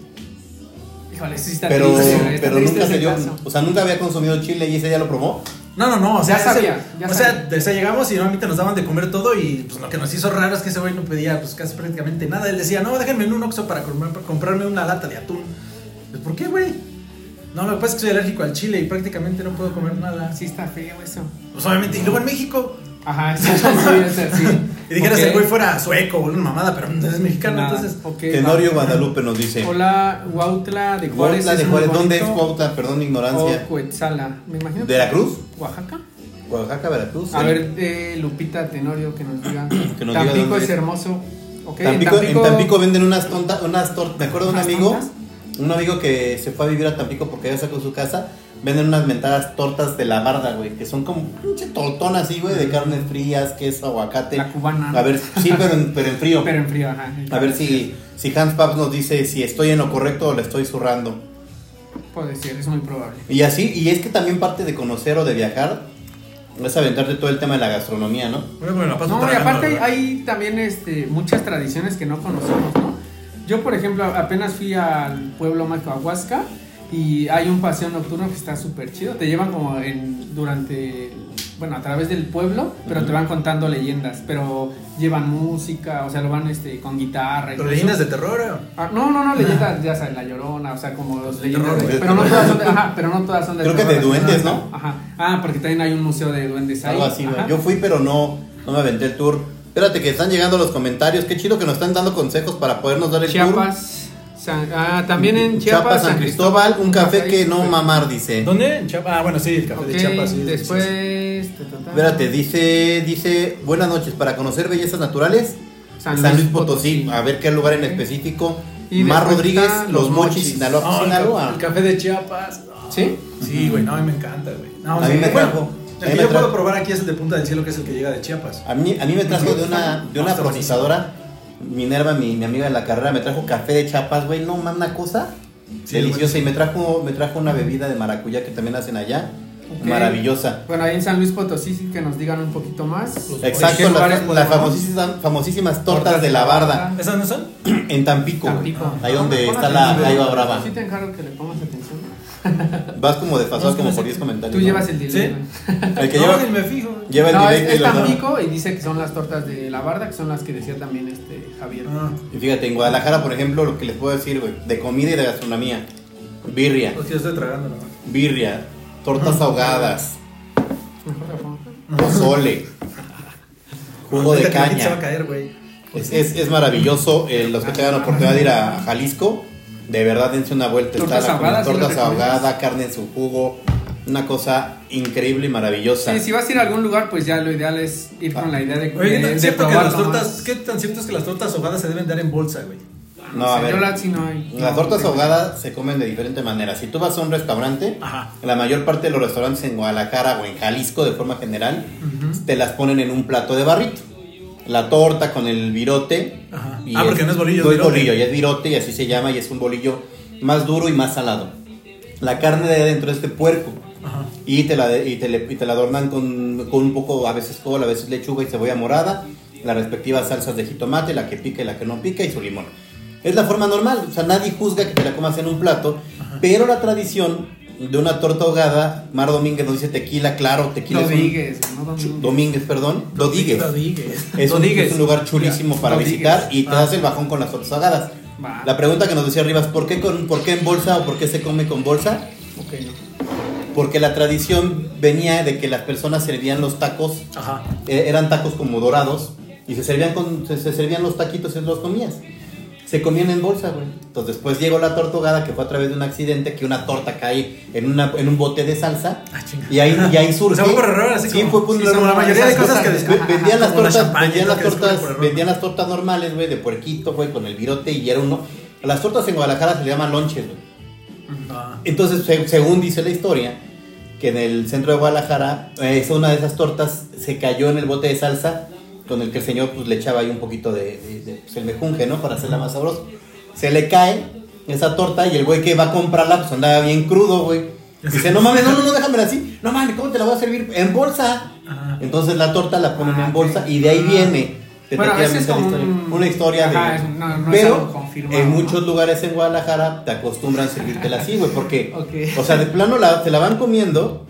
Speaker 3: Híjole, sí está
Speaker 2: ah, Pero,
Speaker 3: triste, güey, está
Speaker 2: pero
Speaker 3: triste
Speaker 2: nunca
Speaker 3: ese
Speaker 2: se dio,
Speaker 3: caso.
Speaker 2: o sea, nunca había consumido chile y ese ya lo probó.
Speaker 4: No, no, no, o sea,
Speaker 3: Ya
Speaker 4: ese-
Speaker 3: sabía, ya
Speaker 4: o,
Speaker 3: sabía.
Speaker 4: sea, de- o sea, llegamos y normalmente nos daban de comer todo y pues lo que nos hizo raro es que ese güey no pedía pues casi prácticamente nada. Él decía, no, déjenme en un Oxxo para comprar- para comprarme una lata de atún. Pues, ¿por qué, güey? No, lo que pasa es que soy alérgico al chile y prácticamente no puedo comer nada.
Speaker 3: Sí está feo eso.
Speaker 4: Pues obviamente, y luego en México.
Speaker 3: Ajá, sí, sí, o sea, sí.
Speaker 4: Y dijeras,
Speaker 3: Ok.
Speaker 4: el güey fuera sueco o una mamada, pero no es mexicano,
Speaker 3: Nada,
Speaker 4: entonces...
Speaker 3: ok,
Speaker 2: Tenorio
Speaker 3: va.
Speaker 2: Guadalupe nos dice.
Speaker 3: Hola, Huautla de Juárez.
Speaker 2: Cuautla de
Speaker 3: muy
Speaker 2: Juárez, ¿dónde es
Speaker 3: bonito. Oh,
Speaker 2: Cuautla? Perdón, mi ignorancia.
Speaker 3: O Cuetzala, me imagino. que-
Speaker 2: ¿Veracruz?
Speaker 3: ¿Oaxaca?
Speaker 2: Oaxaca, Veracruz.
Speaker 3: A ver, eh, Lupita Tenorio, que nos diga.
Speaker 2: Que nos diga
Speaker 3: Tampico
Speaker 2: dónde
Speaker 3: es,
Speaker 2: es.
Speaker 3: hermoso. Ok, en
Speaker 2: Tampico- en Tampico venden unas tontas, unas tortas. Me acuerdo de un
Speaker 3: ¿Unas
Speaker 2: amigo,
Speaker 3: tontas?
Speaker 2: un amigo que se fue a vivir a Tampico porque ya sacó su casa. Venden unas mentadas tortas de la barda, güey, que son como pinche tortona así, güey, de carne frías, queso, aguacate.
Speaker 3: Mm. La cubana.
Speaker 2: A ver, sí, pero en, pero en frío.
Speaker 3: Pero en frío, ajá.
Speaker 2: a ver si, si Hans Paps nos dice si estoy en lo correcto o le estoy zurrando.
Speaker 3: Puede ser, es muy probable.
Speaker 2: Y así, y es que también parte de conocer o de viajar es aventarte todo el tema de la gastronomía, ¿no?
Speaker 4: Bueno, me la paso
Speaker 3: No, y
Speaker 4: tragando,
Speaker 3: aparte hay,
Speaker 4: ¿verdad?
Speaker 3: hay también este, muchas tradiciones que no conocemos, ¿no? Yo, por ejemplo, apenas fui al pueblo Macahuasca y hay un paseo nocturno que está súper chido. Te llevan como en, durante, bueno, a través del pueblo, pero te van contando leyendas, pero llevan música, o sea, lo van este, con guitarra. y
Speaker 4: Pero
Speaker 3: todo
Speaker 4: leyendas
Speaker 3: eso.
Speaker 4: de terror, ¿eh?
Speaker 3: Ah, no, no, no, leyendas, ya sabes, la llorona, o sea, como los leyendas.
Speaker 4: terror,
Speaker 3: de-
Speaker 2: de
Speaker 3: pero, no
Speaker 2: terror.
Speaker 3: todas son de, ajá, pero no todas son de
Speaker 2: Creo que
Speaker 3: terror,
Speaker 2: de
Speaker 3: así,
Speaker 2: duendes,
Speaker 3: ¿no? Ajá. Ah, porque también hay un museo de duendes ahí.
Speaker 2: Algo así, güey.
Speaker 3: ajá.
Speaker 2: Yo fui, pero no, no me aventé el tour. Espérate que están llegando los comentarios. Qué chido que nos están dando consejos para podernos dar el tour.
Speaker 3: Chiapas. San- ah, también en Chiapas,
Speaker 2: San, Cristóbal, un café que no mamar, dice.
Speaker 4: ¿Dónde? En Chiapas. Ah, bueno, sí, el café
Speaker 3: Ok,
Speaker 4: de Chiapas. sí, sí,
Speaker 3: después. ta, ta, ta.
Speaker 2: Espérate, dice, dice, buenas noches, para conocer bellezas naturales, San Luis, Potosí. ah. a ver qué lugar en específico.
Speaker 3: Y
Speaker 2: Mar
Speaker 3: después
Speaker 2: Rodríguez,
Speaker 3: está
Speaker 2: Los
Speaker 3: Los
Speaker 2: Mochis,
Speaker 3: Mochis.
Speaker 4: sí.
Speaker 2: Sinaloa.
Speaker 4: No, el,
Speaker 2: Sinaloa.
Speaker 4: ca- Ah, el café de Chiapas. no.
Speaker 3: ¿Sí?
Speaker 4: Sí, güey, no, a mí me encanta, güey. No,
Speaker 2: A
Speaker 4: sí,
Speaker 2: mí me
Speaker 4: bueno,
Speaker 2: trajo. A mí
Speaker 4: El que
Speaker 2: me
Speaker 4: yo
Speaker 2: trajo. Ah,
Speaker 4: puedo probar aquí es el de Punta del Cielo, que es el que llega de Chiapas.
Speaker 2: A mí, a mí me trajo de una, de una
Speaker 4: Está buenísimo.
Speaker 2: procesadora, Minerva, mi, mi amiga de la carrera, me trajo café de chapas, güey, no mames, una cosa
Speaker 4: Sí,
Speaker 2: deliciosa. Y me trajo, me trajo una bebida de maracuyá que también hacen allá,
Speaker 3: Ok.
Speaker 2: maravillosa.
Speaker 3: Bueno, ahí en San Luis Potosí sí que nos digan un poquito más.
Speaker 4: Los
Speaker 3: ¿Qué
Speaker 2: Exacto,
Speaker 3: lugares
Speaker 2: las, las
Speaker 3: podemos-
Speaker 2: famosísimas, famosísimas tortas de la barda
Speaker 4: ¿Esas no son?
Speaker 2: en Tampico, güey.
Speaker 3: Tampico.
Speaker 2: ahí donde
Speaker 3: Pon
Speaker 2: está la
Speaker 3: atención,
Speaker 2: la Aiva
Speaker 3: güey.
Speaker 2: Brava.
Speaker 3: Sí te encargo que le pongas atención.
Speaker 2: Vas como desfasado,
Speaker 4: No,
Speaker 2: como
Speaker 4: no
Speaker 2: por
Speaker 4: sé.
Speaker 2: 10 comentarios.
Speaker 3: Tú
Speaker 2: ¿no?
Speaker 3: llevas el
Speaker 4: ¿Sí?
Speaker 3: dilema.
Speaker 2: El que
Speaker 4: no,
Speaker 2: lleva,
Speaker 4: ni me fijo. güey.
Speaker 2: lleva el
Speaker 3: No, es,
Speaker 2: directo y
Speaker 3: es
Speaker 2: los-
Speaker 3: Tampico y dice que son las tortas de la barda, que son las que decía también este Javier.
Speaker 4: Ah,
Speaker 2: Y fíjate, en Guadalajara, por ejemplo, lo que les puedo decir, güey, de comida y de gastronomía, birria.
Speaker 4: pues yo estoy tragando, nomás.
Speaker 2: birria, tortas ahogadas,
Speaker 3: Mejor la pongo.
Speaker 2: pozole, jugo de
Speaker 4: Ahorita que la gente Se va a
Speaker 2: caña.
Speaker 4: caer, güey.
Speaker 2: Es, es- es maravilloso. eh, los que tengan la oportunidad de ir a Jalisco, de verdad dense una vuelta.
Speaker 3: Tortas
Speaker 2: la-
Speaker 3: ahogadas, ¿sí lo
Speaker 2: tortas
Speaker 3: recomiendas?
Speaker 2: ahogadas, carne en su jugo. Una cosa increíble y maravillosa.
Speaker 3: Sí, si vas a ir a algún lugar, pues ya lo ideal es ir con la idea de,
Speaker 4: Oye, ¿qué
Speaker 3: de-
Speaker 4: tan
Speaker 3: de
Speaker 4: cierto que
Speaker 3: probar
Speaker 4: las
Speaker 3: lo
Speaker 4: tortas,
Speaker 3: más.
Speaker 4: ¿qué tan cierto es que las tortas ahogadas se deben dar en bolsa, güey?
Speaker 2: No, a
Speaker 3: Sí,
Speaker 2: ver.
Speaker 3: yo la- sí, no hay.
Speaker 2: Las
Speaker 3: No,
Speaker 2: tortas
Speaker 3: sí.
Speaker 2: ahogadas se comen de diferente manera. Si tú vas a un restaurante,
Speaker 4: Ajá.
Speaker 2: la mayor parte de los restaurantes en Guadalajara o en Jalisco de forma general, te las ponen en un plato de barrito. La torta con el virote.
Speaker 4: Ajá. Ah, porque no es bolillo, es
Speaker 2: No es
Speaker 4: virote.
Speaker 2: bolillo, y es virote y así se llama y es un bolillo más duro y más salado. La carne de adentro es de puerco.
Speaker 4: Ajá.
Speaker 2: Y te, la, de- y te, le- y te la adornan con, con un poco, a veces col, a veces lechuga y cebolla morada, las respectivas salsas de jitomate, la que pica y la que no pica, y su limón. Es la forma normal, o sea, nadie juzga que te la comas en un plato, pero la tradición de una torta ahogada, Mar Domínguez nos dice tequila, claro, tequila es un-
Speaker 3: Rodríguez, no Domínguez.
Speaker 2: Domínguez, perdón, Rodríguez.
Speaker 4: Rodríguez.
Speaker 2: Es un,
Speaker 3: Rodríguez.
Speaker 2: es un lugar chulísimo para
Speaker 3: Rodríguez.
Speaker 2: visitar y te
Speaker 4: Ah.
Speaker 2: das el bajón con las tortas ahogadas.
Speaker 3: Va.
Speaker 2: La pregunta que nos decía Rivas, ¿por qué, con, ¿por qué en bolsa o por qué se come con bolsa?
Speaker 3: Ok, no.
Speaker 2: Porque la tradición venía de que las personas servían los tacos,
Speaker 4: Ajá.
Speaker 2: eh, eran tacos como dorados, y se servían, con, se, se servían los taquitos y los comías. Se comían en bolsa, güey. Entonces después llegó la tortogada que fue a través de un accidente, que una torta cae en, una, en un bote de salsa.
Speaker 4: Ah, chinga.
Speaker 2: Y ahí, y ahí surge.
Speaker 4: O sea, fue por error, así
Speaker 2: sí,
Speaker 4: como-
Speaker 2: fue por
Speaker 4: sí,
Speaker 2: error.
Speaker 4: como la mayoría de
Speaker 2: Esas
Speaker 4: cosas que
Speaker 2: ve-
Speaker 4: descubren,
Speaker 2: vendían
Speaker 4: ajá,
Speaker 2: las
Speaker 4: como la
Speaker 2: tortas,
Speaker 4: champaña y
Speaker 2: vendían
Speaker 4: todo
Speaker 2: las
Speaker 4: que descubren
Speaker 2: tortas,
Speaker 4: por error.
Speaker 2: vendían las tortas normales, güey, de puerquito, güey, con el virote y era uno. A las tortas en Guadalajara se le llaman lonches, güey.
Speaker 4: Ah.
Speaker 2: Entonces, se- según dice la historia, que en el centro de Guadalajara, eh, esa- una de esas tortas se cayó en el bote de salsa con el que el señor pues, le echaba ahí un poquito de, de- de, pues, el mejunje, ¿no? Para hacerla más sabrosa. Se le cae esa torta y el güey que va a comprarla, pues andaba bien crudo, güey. Dice, no mames, no, no, no, déjamela así. No mames, ¿cómo te la voy a servir? En bolsa.
Speaker 4: Ajá.
Speaker 2: Entonces la torta la ponen
Speaker 3: Ah,
Speaker 2: en bolsa
Speaker 3: ok.
Speaker 2: y de ahí
Speaker 3: Ah.
Speaker 2: viene
Speaker 3: Bueno, a veces
Speaker 2: Efectivamente,
Speaker 3: como
Speaker 2: la historia.
Speaker 3: un-
Speaker 2: una historia
Speaker 3: Ajá,
Speaker 2: de-
Speaker 3: es un- no- no es algo
Speaker 2: pero
Speaker 3: confirmado,
Speaker 2: en
Speaker 3: ¿no?
Speaker 2: muchos lugares en Guadalajara te acostumbran a servírtela así, güey, porque,
Speaker 3: Ok.
Speaker 2: o sea, de plano la, te la van comiendo.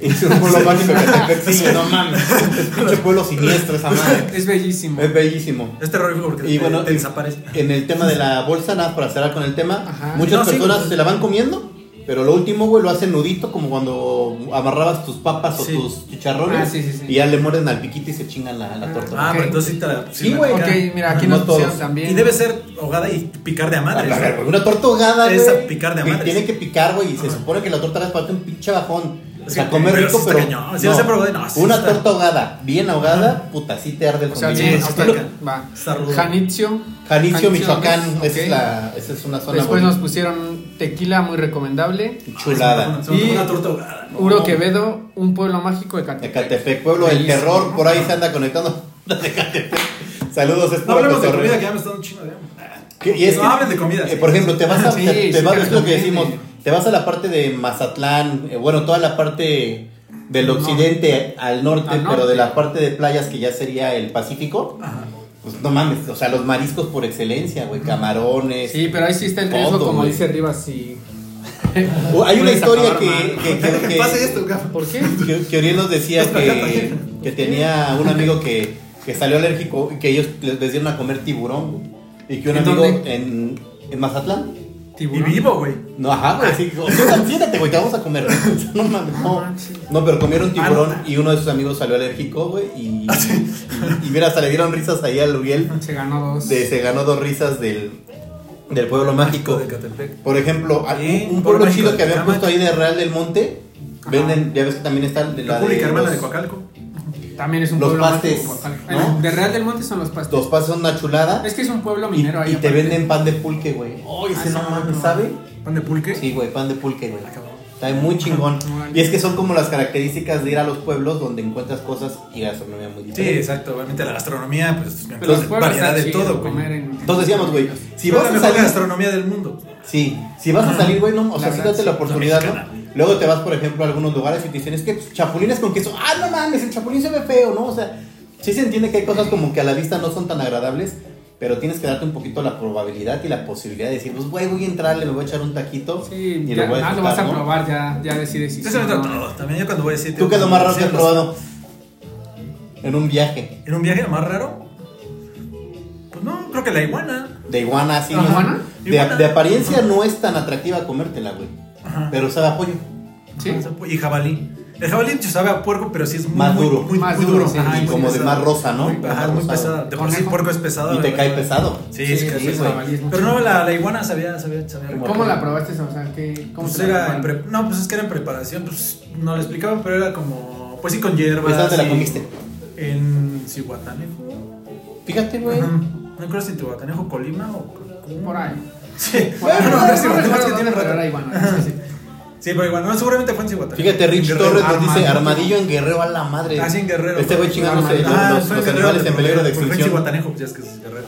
Speaker 2: Y es un pueblo mágico que te persigue, no mames. Es un pinche pueblo siniestro esa madre.
Speaker 3: Es bellísimo.
Speaker 2: Es bellísimo.
Speaker 4: Es terrorífico Este porque
Speaker 2: Y
Speaker 4: te-
Speaker 2: bueno,
Speaker 4: te
Speaker 2: y-
Speaker 4: desaparece.
Speaker 2: En el tema de la bolsa, nada más para cerrar con el tema,
Speaker 3: Ajá.
Speaker 2: muchas
Speaker 4: No, sí,
Speaker 2: personas
Speaker 4: pues-
Speaker 2: se la van comiendo, pero lo último, güey, lo hacen nudito, como cuando amarrabas tus papas
Speaker 4: Sí.
Speaker 2: o tus chicharrones,
Speaker 3: Ah, sí, sí, sí.
Speaker 2: y ya le muerden al piquito y se chingan la, la
Speaker 3: Ah.
Speaker 2: torta.
Speaker 4: Ah,
Speaker 3: Ok.
Speaker 4: pero entonces sí te la.
Speaker 2: Sí,
Speaker 4: la
Speaker 2: güey.
Speaker 4: pican.
Speaker 3: Ok, mira, aquí
Speaker 2: No
Speaker 3: nos pusieron
Speaker 2: todos.
Speaker 3: también.
Speaker 4: Y debe ser ahogada y picar de a
Speaker 2: A la verga,
Speaker 4: madre.
Speaker 2: güey, Una torta ahogada,
Speaker 4: Es
Speaker 2: güey,
Speaker 4: a picar de a
Speaker 2: que
Speaker 4: madres.
Speaker 2: Tiene que picar, güey, y se supone que la torta es parte un pinche bajón. O sea,
Speaker 4: Sí,
Speaker 2: comer
Speaker 4: pero
Speaker 2: rico,
Speaker 4: sí está
Speaker 2: pero.
Speaker 4: cañón. Sí, o sea, pero, güey, no, sí
Speaker 2: una
Speaker 4: está-
Speaker 2: torta ahogada, bien ahogada, puta, sí te arde el
Speaker 3: O sea,
Speaker 2: convivio.
Speaker 3: bien,
Speaker 4: sí,
Speaker 3: ok,
Speaker 4: está-
Speaker 3: va.
Speaker 4: está rudo.
Speaker 3: Janitzio.
Speaker 2: Jalisco,
Speaker 3: Janitzio,
Speaker 2: Michoacán,
Speaker 3: ok.
Speaker 2: esa, es la, esa es una zona
Speaker 3: Después
Speaker 2: muy
Speaker 3: nos pusieron tequila muy recomendable.
Speaker 2: chulada.
Speaker 4: Se me antojó
Speaker 3: Y-
Speaker 4: una torta ahogada. no.
Speaker 3: Uro Quevedo, un pueblo mágico de Catepec.
Speaker 2: Ecatepec, pueblo del
Speaker 3: Bellísimo.
Speaker 2: terror, por ahí se anda conectando. Ecatepec. Saludos, es
Speaker 5: No
Speaker 2: puro
Speaker 5: hablemos de
Speaker 2: cotorreo.
Speaker 5: comida que ya me está dando un chingo de hambre.
Speaker 2: Que- y es
Speaker 4: No
Speaker 2: que-
Speaker 4: hablen de comida,
Speaker 2: eh,
Speaker 4: sí.
Speaker 2: por ejemplo, te vas a.
Speaker 3: Sí,
Speaker 2: te- te
Speaker 3: sí,
Speaker 2: vas-
Speaker 3: te
Speaker 2: es lo que decimos.
Speaker 3: recomiendo.
Speaker 2: Te vas a la parte de Mazatlán, eh, bueno, toda la parte del occidente al norte,
Speaker 3: Al
Speaker 2: pero
Speaker 3: norte.
Speaker 2: de la parte de playas que ya sería el Pacífico. Pues no mames, o sea, los mariscos por excelencia, güey, camarones.
Speaker 3: Sí, pero ahí sí está el riesgo,
Speaker 2: Todo,
Speaker 3: como
Speaker 2: güey.
Speaker 3: dice Rivas, sí.
Speaker 2: O Hay una
Speaker 3: Puedes
Speaker 2: historia
Speaker 3: acabar
Speaker 2: que,
Speaker 3: mal.
Speaker 2: que, que- que-
Speaker 5: Pase esto, cabrón.
Speaker 3: ¿Por qué?
Speaker 2: que, que Oriel nos decía que, que tenía un amigo que, que salió alérgico y que ellos les les dieron a comer tiburón. güey. Y que un
Speaker 3: ¿En
Speaker 2: amigo
Speaker 3: dónde?
Speaker 2: en, en Mazatlán.
Speaker 4: Y
Speaker 3: Tiburón.
Speaker 4: vivo, güey.
Speaker 2: No, ajá, güey. Así, o
Speaker 4: Ah.
Speaker 2: sea, siéntate, güey, te vamos a comer. O sea, No mames, no. No, pero comieron tiburón
Speaker 4: Ah,
Speaker 2: y uno de sus amigos salió alérgico, güey. Y, y, y mira, hasta le dieron risas ahí al Uriel.
Speaker 3: Se ganó dos.
Speaker 2: de- se ganó dos risas del, del pueblo mágico.
Speaker 4: De Catepec.
Speaker 2: Por ejemplo, a-
Speaker 4: Sí,
Speaker 2: un, un
Speaker 4: pueblo
Speaker 2: pueblo
Speaker 4: mágico
Speaker 2: chido
Speaker 4: de
Speaker 2: que habían
Speaker 4: Tecamac.
Speaker 2: puesto ahí de Real del Monte.
Speaker 3: Ajá.
Speaker 2: Venden, ya ves que también está de la de
Speaker 4: República Hermana de
Speaker 2: los-
Speaker 4: Coacalco.
Speaker 3: También es un
Speaker 2: Los
Speaker 3: pueblo
Speaker 2: pastes,
Speaker 3: mágico, Oaxaca.
Speaker 2: ¿no?
Speaker 3: Bueno, De Real del Monte son los pastes.
Speaker 2: Los pasos son una chulada.
Speaker 3: Es que es un pueblo
Speaker 2: y,
Speaker 3: minero ahí.
Speaker 2: y te
Speaker 3: aparte.
Speaker 2: venden pan de pulque, güey. Ay, ese
Speaker 3: Ah,
Speaker 2: no
Speaker 3: sí,
Speaker 2: mames,
Speaker 3: no.
Speaker 2: ¿sabe?
Speaker 4: Pan de pulque.
Speaker 2: Sí, güey, pan de pulque, güey.
Speaker 4: cabrón.
Speaker 2: Está muy chingón.
Speaker 3: Órale.
Speaker 2: Y es que son como las características de ir a los pueblos donde encuentras cosas y gastronomía muy
Speaker 4: Sí,
Speaker 2: diferente.
Speaker 4: exacto. Obviamente la gastronomía, pues,
Speaker 3: Pero los pueblos
Speaker 4: variedad
Speaker 3: está
Speaker 4: de
Speaker 3: chido
Speaker 4: todo,
Speaker 3: comer
Speaker 4: güey.
Speaker 3: en-
Speaker 2: Entonces decíamos, güey, si
Speaker 4: Si vas
Speaker 2: vas
Speaker 4: la
Speaker 2: a
Speaker 4: mejor
Speaker 2: salir
Speaker 4: gastronomía del mundo.
Speaker 2: Sí, si vas a salir, güey, no, o
Speaker 3: La
Speaker 2: sea, sí
Speaker 3: verdad,
Speaker 2: date la
Speaker 3: sí.
Speaker 2: oportunidad,
Speaker 4: La
Speaker 2: ¿no?
Speaker 4: mexicana.
Speaker 2: Luego te vas, por ejemplo, a algunos lugares y te dicen, es que pues, chapulines con queso, ah, no mames, el chapulín se ve feo, ¿no? O sea, sí se entiende que hay cosas como que a la vista no son tan agradables, pero tienes que darte un poquito la probabilidad y la posibilidad de decir, pues, güey, voy a entrarle, me voy a echar un taquito
Speaker 3: Sí,
Speaker 2: y
Speaker 3: ya,
Speaker 2: lo voy a
Speaker 3: ah, lo vas
Speaker 2: disfrutar,
Speaker 3: a
Speaker 2: ¿no?
Speaker 3: probar, ya, ya decides si
Speaker 4: Yo
Speaker 3: sí
Speaker 4: se me
Speaker 3: o
Speaker 4: meto
Speaker 3: no.
Speaker 4: todo. También yo cuando voy a decir.
Speaker 2: ¿Tú qué es lo más raro que has
Speaker 4: en los-
Speaker 2: probado en un viaje?
Speaker 4: ¿En un viaje lo más raro? Pues no, creo que la iguana.
Speaker 2: De iguana, así.
Speaker 3: ¿La
Speaker 2: ¿no?
Speaker 3: iguana?
Speaker 2: De,
Speaker 4: Iguana.
Speaker 2: de apariencia no es tan atractiva comértela, güey,
Speaker 4: Ajá.
Speaker 2: pero sabe a pollo.
Speaker 3: ¿Sí?
Speaker 4: pues, Y jabalí. El jabalí pues, sabe a puerco, pero sí es muy,
Speaker 2: Más
Speaker 4: muy-
Speaker 2: duro.
Speaker 4: Muy,
Speaker 3: Más
Speaker 4: muy
Speaker 3: duro,
Speaker 4: duro.
Speaker 3: sí.
Speaker 2: Y
Speaker 4: muy
Speaker 2: como de
Speaker 4: pesado.
Speaker 2: más rosa, ¿no?
Speaker 4: Muy- ajá,
Speaker 2: Más
Speaker 4: muy
Speaker 2: rosado.
Speaker 4: pesado. De por sí,
Speaker 3: Conejo.
Speaker 4: puerco es pesado.
Speaker 2: Y
Speaker 4: la
Speaker 2: te
Speaker 4: verdad.
Speaker 2: cae pesado.
Speaker 3: Sí,
Speaker 4: Sí, sí,
Speaker 3: sí,
Speaker 4: sí,
Speaker 3: el
Speaker 4: güey.
Speaker 3: jabalí es mucho.
Speaker 4: Pero no, la, la iguana sabía, sabía, sabía. rico.
Speaker 3: ¿Cómo la probaste? O sea, ¿qué, ¿cómo
Speaker 4: Pues
Speaker 3: te la
Speaker 4: era en
Speaker 3: preparan?
Speaker 4: pre- No, pues es que era en preparación, pues no lo explicaba, pero era como. Pues sí, con hierbas.
Speaker 2: Pues, ¿dónde la
Speaker 4: y-
Speaker 2: comiste?
Speaker 4: En Cihuatanejo.
Speaker 2: Fíjate, güey.
Speaker 4: Ajá. No creo si en Cihuatanejo, Colima o.
Speaker 3: Por ahí.
Speaker 4: Sí,
Speaker 3: Bueno,
Speaker 4: no,
Speaker 3: no, no,
Speaker 4: no, es
Speaker 3: no,
Speaker 4: Cihuatanejo, es que
Speaker 3: recuerdo
Speaker 4: tiene
Speaker 3: dónde, pero
Speaker 4: rato.
Speaker 3: era iguana, sí, sí.
Speaker 4: Sí, pero igual, no, seguramente fue en Cihuatanejo.
Speaker 2: Fíjate, Rich
Speaker 4: En
Speaker 2: Torres nos
Speaker 4: Guerrero.
Speaker 2: dice
Speaker 3: Armadillo.
Speaker 2: armadillo en Guerrero a la madre.
Speaker 4: Ah, sí, en Guerrero.
Speaker 2: Este güey chingándose los,
Speaker 4: Ah,
Speaker 2: los,
Speaker 4: fue
Speaker 2: los
Speaker 4: Guerrero,
Speaker 2: animales en peligro de
Speaker 4: porque fue en
Speaker 2: extinción.
Speaker 4: Cihuatanejo, pues ya es que es Guerrero.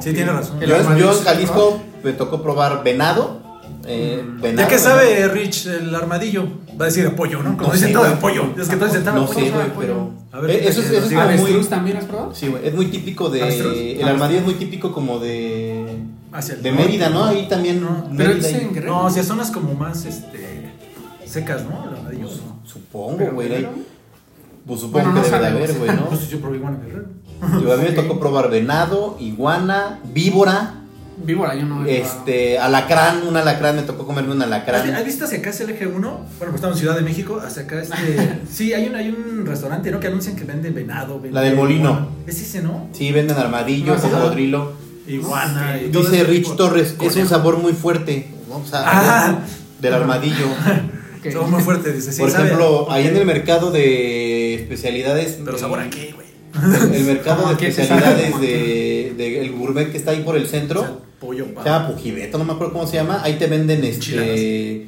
Speaker 4: Sí, tiene razón.
Speaker 3: El
Speaker 2: Yo,
Speaker 3: armadillo
Speaker 2: yo en
Speaker 3: sí,
Speaker 2: Jalisco me tocó probar venado. eh, venado,
Speaker 4: ¿De qué
Speaker 2: venado.
Speaker 4: Mm. sabe Rich el armadillo? Va a decir apoyo, ¿no? Como
Speaker 2: No
Speaker 4: dicen
Speaker 2: sé,
Speaker 4: todo de
Speaker 2: güey.
Speaker 4: pollo. Es que todos dicen
Speaker 2: No
Speaker 4: apoyo.
Speaker 2: sé, güey,
Speaker 3: pollo.
Speaker 2: pero.
Speaker 4: A ver,
Speaker 2: Eh, eso es, eso es
Speaker 4: sí,
Speaker 2: como
Speaker 3: ¿Avestruz
Speaker 2: muy.
Speaker 4: este,
Speaker 3: también has probado?
Speaker 2: Sí, güey. Es muy típico
Speaker 4: ¿Avestruz?
Speaker 2: de. El armadillo es muy típico como de.
Speaker 4: Hacia el
Speaker 2: De
Speaker 4: norte.
Speaker 2: Mérida, ¿no? Ahí también.
Speaker 4: No,
Speaker 3: Pero
Speaker 2: Mérida
Speaker 3: es
Speaker 2: y-
Speaker 3: en Guerrero.
Speaker 4: No, hacia zonas como más este, secas, ¿no? El armadillo. ¿no?
Speaker 2: pues, Supongo, güey. ahí- Pues
Speaker 3: Bueno,
Speaker 2: supongo
Speaker 3: no
Speaker 2: que debe de
Speaker 3: sabemos.
Speaker 2: haber, güey, ¿no?
Speaker 4: Pues yo probé igual en Guerrero.
Speaker 2: Yo- A mí me tocó probar venado, iguana, víbora.
Speaker 3: Víbora, yo no he probado.
Speaker 2: Este, alacrán, un alacrán, me tocó comerme un
Speaker 4: ¿Has, has
Speaker 2: alacrán.
Speaker 4: visto hacia acá es el eje 1? Bueno, pues estamos en Ciudad de México. Hacia acá este. sí, hay un, hay un restaurante, ¿no? Que anuncian que venden venado. venden
Speaker 2: La del molino.
Speaker 4: iguana. Es ese, ¿no?
Speaker 2: Sí, venden armadillo,
Speaker 3: No, sí.
Speaker 2: cocodrilo.
Speaker 4: Iguana. y todo
Speaker 2: Dice
Speaker 4: ese
Speaker 2: Rich
Speaker 4: tipo.
Speaker 2: Torres, es
Speaker 4: Conejo.
Speaker 2: un sabor muy fuerte. ¿no? O sea,
Speaker 4: Ah.
Speaker 2: del armadillo.
Speaker 3: Ok.
Speaker 4: Todo muy fuerte, dice. Sí,
Speaker 2: Por
Speaker 4: sabe.
Speaker 2: ejemplo, ahí en el mercado de especialidades.
Speaker 4: Pero
Speaker 2: eh,
Speaker 4: sabor a qué, güey.
Speaker 2: El, el mercado
Speaker 3: ¿Cómo
Speaker 2: de
Speaker 3: a qué se
Speaker 2: especialidades
Speaker 3: sabe?
Speaker 2: de, de- el gourmet que está ahí por el
Speaker 4: O sea,
Speaker 2: centro.
Speaker 4: pollo,
Speaker 2: Se
Speaker 4: pavo.
Speaker 2: llama Pujibeto, no me acuerdo cómo se llama. Ahí te venden este.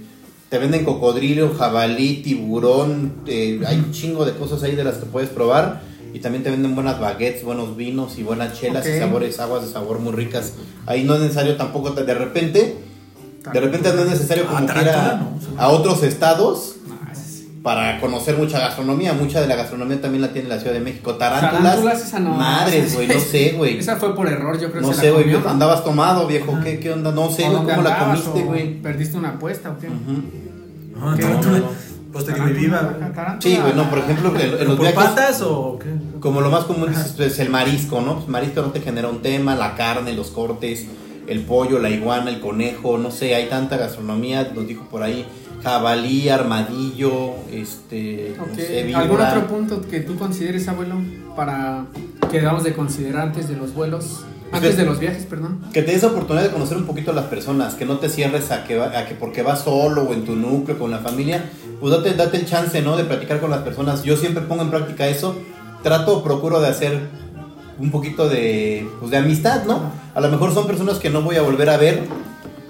Speaker 2: Te venden cocodrilo, jabalí, tiburón. eh, hay un chingo de cosas ahí de las que puedes probar. Y también te venden buenas baguettes, buenos vinos y buenas chelas
Speaker 3: Ok.
Speaker 2: y sabores, aguas de sabor muy ricas. Ahí no es necesario tampoco, te- de repente, de repente no es necesario
Speaker 4: Ah,
Speaker 2: como que ir
Speaker 4: tarántula,
Speaker 2: a,
Speaker 4: no, sí.
Speaker 2: a otros estados
Speaker 3: Ah, sí, sí.
Speaker 2: para conocer mucha gastronomía. Mucha de la gastronomía también la tiene la Ciudad de México. Tarántulas.
Speaker 3: Tarántulas, esa no.
Speaker 2: Madres, güey, no sé, güey.
Speaker 3: Esa fue por error, yo creo
Speaker 2: No
Speaker 3: que se
Speaker 2: sé,
Speaker 3: la
Speaker 2: güey,
Speaker 3: comió.
Speaker 2: andabas tomado, viejo,
Speaker 3: Ajá.
Speaker 2: ¿qué, qué onda? No sé,
Speaker 3: ¿O
Speaker 2: güey,
Speaker 3: dónde
Speaker 2: cómo la
Speaker 3: andabas,
Speaker 2: comiste,
Speaker 3: o
Speaker 2: güey.
Speaker 3: ¿Perdiste una apuesta o qué?
Speaker 2: Ujú.
Speaker 4: No,
Speaker 3: ¿Qué?
Speaker 4: tarántula.
Speaker 6: No, no,
Speaker 4: Pues te digo, y viva. güey.
Speaker 3: Tarántula.
Speaker 2: Sí, güey, no, por
Speaker 3: Ah.
Speaker 2: ejemplo, en, en
Speaker 4: ¿Pero
Speaker 2: los
Speaker 4: ¿Por
Speaker 2: viajes,
Speaker 4: patas o qué?
Speaker 2: como lo más común es, es el marisco, ¿no? Pues marisco no te genera un tema, la carne, los cortes, el pollo, la iguana, el conejo, no sé, hay tanta gastronomía, nos dijo por ahí, jabalí, armadillo, este, no
Speaker 3: Ok,
Speaker 2: sé, víbora.
Speaker 3: ¿Algún otro punto que tú consideres, abuelo, para que debamos de considerar antes de los vuelos?
Speaker 2: Pues
Speaker 3: Antes de los viajes, perdón.
Speaker 2: Que te des la oportunidad de conocer un poquito a las personas, que no te cierres a que, va- a que porque vas solo o en tu núcleo, con la familia, pues date, date el chance, ¿no? De platicar con las personas. Yo siempre pongo en práctica eso. Trato o procuro de hacer un poquito de, pues, de amistad, ¿no? A lo mejor son personas que no voy a volver a ver,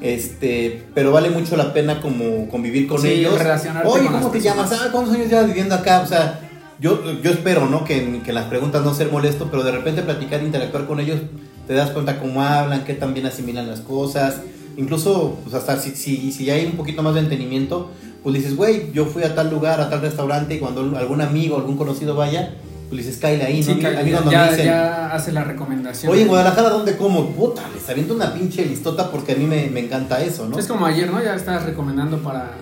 Speaker 2: este, pero vale mucho la pena como convivir con
Speaker 3: Sí,
Speaker 2: ellos.
Speaker 3: relacionarte
Speaker 2: Oye,
Speaker 3: con
Speaker 2: ¿cómo
Speaker 3: las
Speaker 2: te
Speaker 3: personas.
Speaker 2: llamas? Ah, ¿cuántos años llevas viviendo acá? O sea, yo, yo espero, ¿no? Que, que las preguntas no ser molesto, pero de repente platicar, interactuar con ellos, te das cuenta cómo hablan, qué tan bien asimilan las cosas. Incluso, pues hasta si, si, si ya hay un poquito más de entendimiento, pues dices, güey, yo fui a tal lugar, a tal restaurante, y cuando algún amigo, algún conocido vaya, pues dices, cállate ahí, ¿no?
Speaker 3: Sí,
Speaker 2: A mí-
Speaker 3: que
Speaker 2: a mí
Speaker 3: ya,
Speaker 2: cuando me
Speaker 3: ya-
Speaker 2: dicen,
Speaker 3: ya hace la recomendación.
Speaker 2: Oye, en Guadalajara, ¿dónde como? Puta, les aviento una pinche listota porque a mí me, me encanta eso, ¿no?
Speaker 3: Es como ayer, ¿no? Ya estabas recomendando para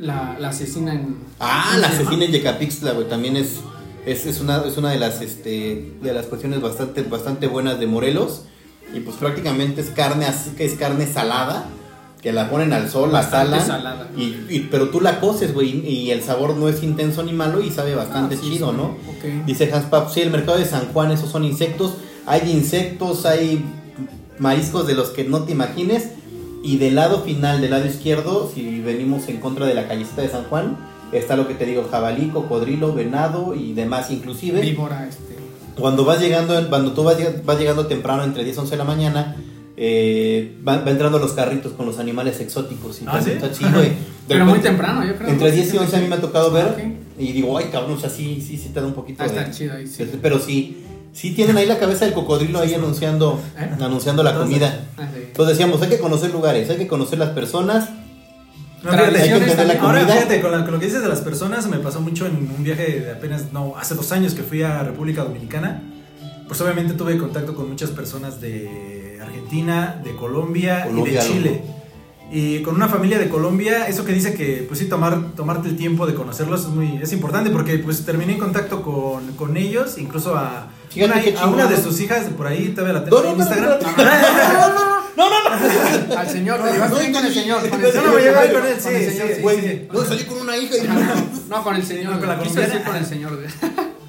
Speaker 3: la, la asesina en...
Speaker 2: Ah,
Speaker 3: ¿cómo
Speaker 2: la
Speaker 3: se llama?
Speaker 2: asesina en Yecapixtla, güey, también es, es, es una, es una de las este, de las cuestiones bastante, bastante buenas de Morelos. Y pues prácticamente es carne así que es carne salada, que la ponen al sol, la
Speaker 3: Bastante
Speaker 2: salan.
Speaker 3: salada.
Speaker 2: Y, y- pero tú la coces, güey, y y el sabor no es intenso ni malo y sabe bastante
Speaker 3: Ah, sí,
Speaker 2: chido,
Speaker 3: sí.
Speaker 2: ¿no?
Speaker 3: Ok.
Speaker 2: Dice Hans Pap, sí, el mercado de San Juan, esos son insectos. Hay insectos, hay mariscos de los que no te imagines. Y del lado final, del lado izquierdo, si venimos en contra de la callecita de San Juan, está lo que te digo, jabalí, cocodrilo, venado y demás inclusive
Speaker 3: Víbora, este...
Speaker 2: cuando vas llegando, cuando tú vas, lleg- vas llegando temprano, entre 10 y 11 de la mañana, eh, va, va entrando los carritos con los animales exóticos. Y
Speaker 4: ¿Ah, sí?
Speaker 2: está chido, güey. De
Speaker 3: Pero muy
Speaker 2: repente,
Speaker 3: temprano, yo creo. Ah,
Speaker 2: Entre 10 y 11 a mí me ha tocado ver.
Speaker 3: Ok.
Speaker 2: Y digo, ay, cabrón, o sea, sí, sí, sí te da un poquito
Speaker 3: Ah,
Speaker 2: de-
Speaker 3: está chido ahí, sí.
Speaker 2: Pero sí, sí tienen ahí la cabeza del cocodrilo ahí anunciando,
Speaker 3: ¿Eh?
Speaker 2: anunciando la comida.
Speaker 3: Ah, sí.
Speaker 2: Entonces decíamos, hay que conocer lugares, hay que conocer las personas.
Speaker 4: No, fíjate,
Speaker 3: Tradiciones
Speaker 4: hay que entender la
Speaker 3: también.
Speaker 4: Ahora,
Speaker 2: comida.
Speaker 4: fíjate, con, la- con lo que dices de las personas, me pasó mucho en un viaje de apenas, no, hace dos años que fui a República Dominicana. Pues obviamente tuve contacto con muchas personas de Argentina, de Colombia,
Speaker 2: Colombia,
Speaker 4: y de
Speaker 2: loco.
Speaker 4: Chile. Y con una familia de Colombia, eso que dice que, pues sí, tomar, tomarte el tiempo de conocerlos es muy es importante porque pues terminé en contacto con, con ellos, incluso a,
Speaker 2: Fíjate
Speaker 4: una-
Speaker 2: qué
Speaker 4: a una de
Speaker 2: chingón.
Speaker 4: sus hijas, por ahí todavía la
Speaker 2: No,
Speaker 4: tengo
Speaker 2: no,
Speaker 4: en
Speaker 2: no, no,
Speaker 4: Instagram.
Speaker 2: no, no, no, no, no, no, no.
Speaker 3: Ah, Al señor, te llevaste
Speaker 2: no,
Speaker 3: bien con el señor. Con el
Speaker 2: no,
Speaker 3: señor,
Speaker 2: no, me llevé
Speaker 4: con él, sí,
Speaker 3: señor,
Speaker 4: sí,
Speaker 2: Güey,
Speaker 4: sí.
Speaker 2: no, salí con una hija y
Speaker 3: No, con el señor.
Speaker 4: No, con la
Speaker 3: Quiso decir
Speaker 4: colombiana.
Speaker 3: con el señor. güey.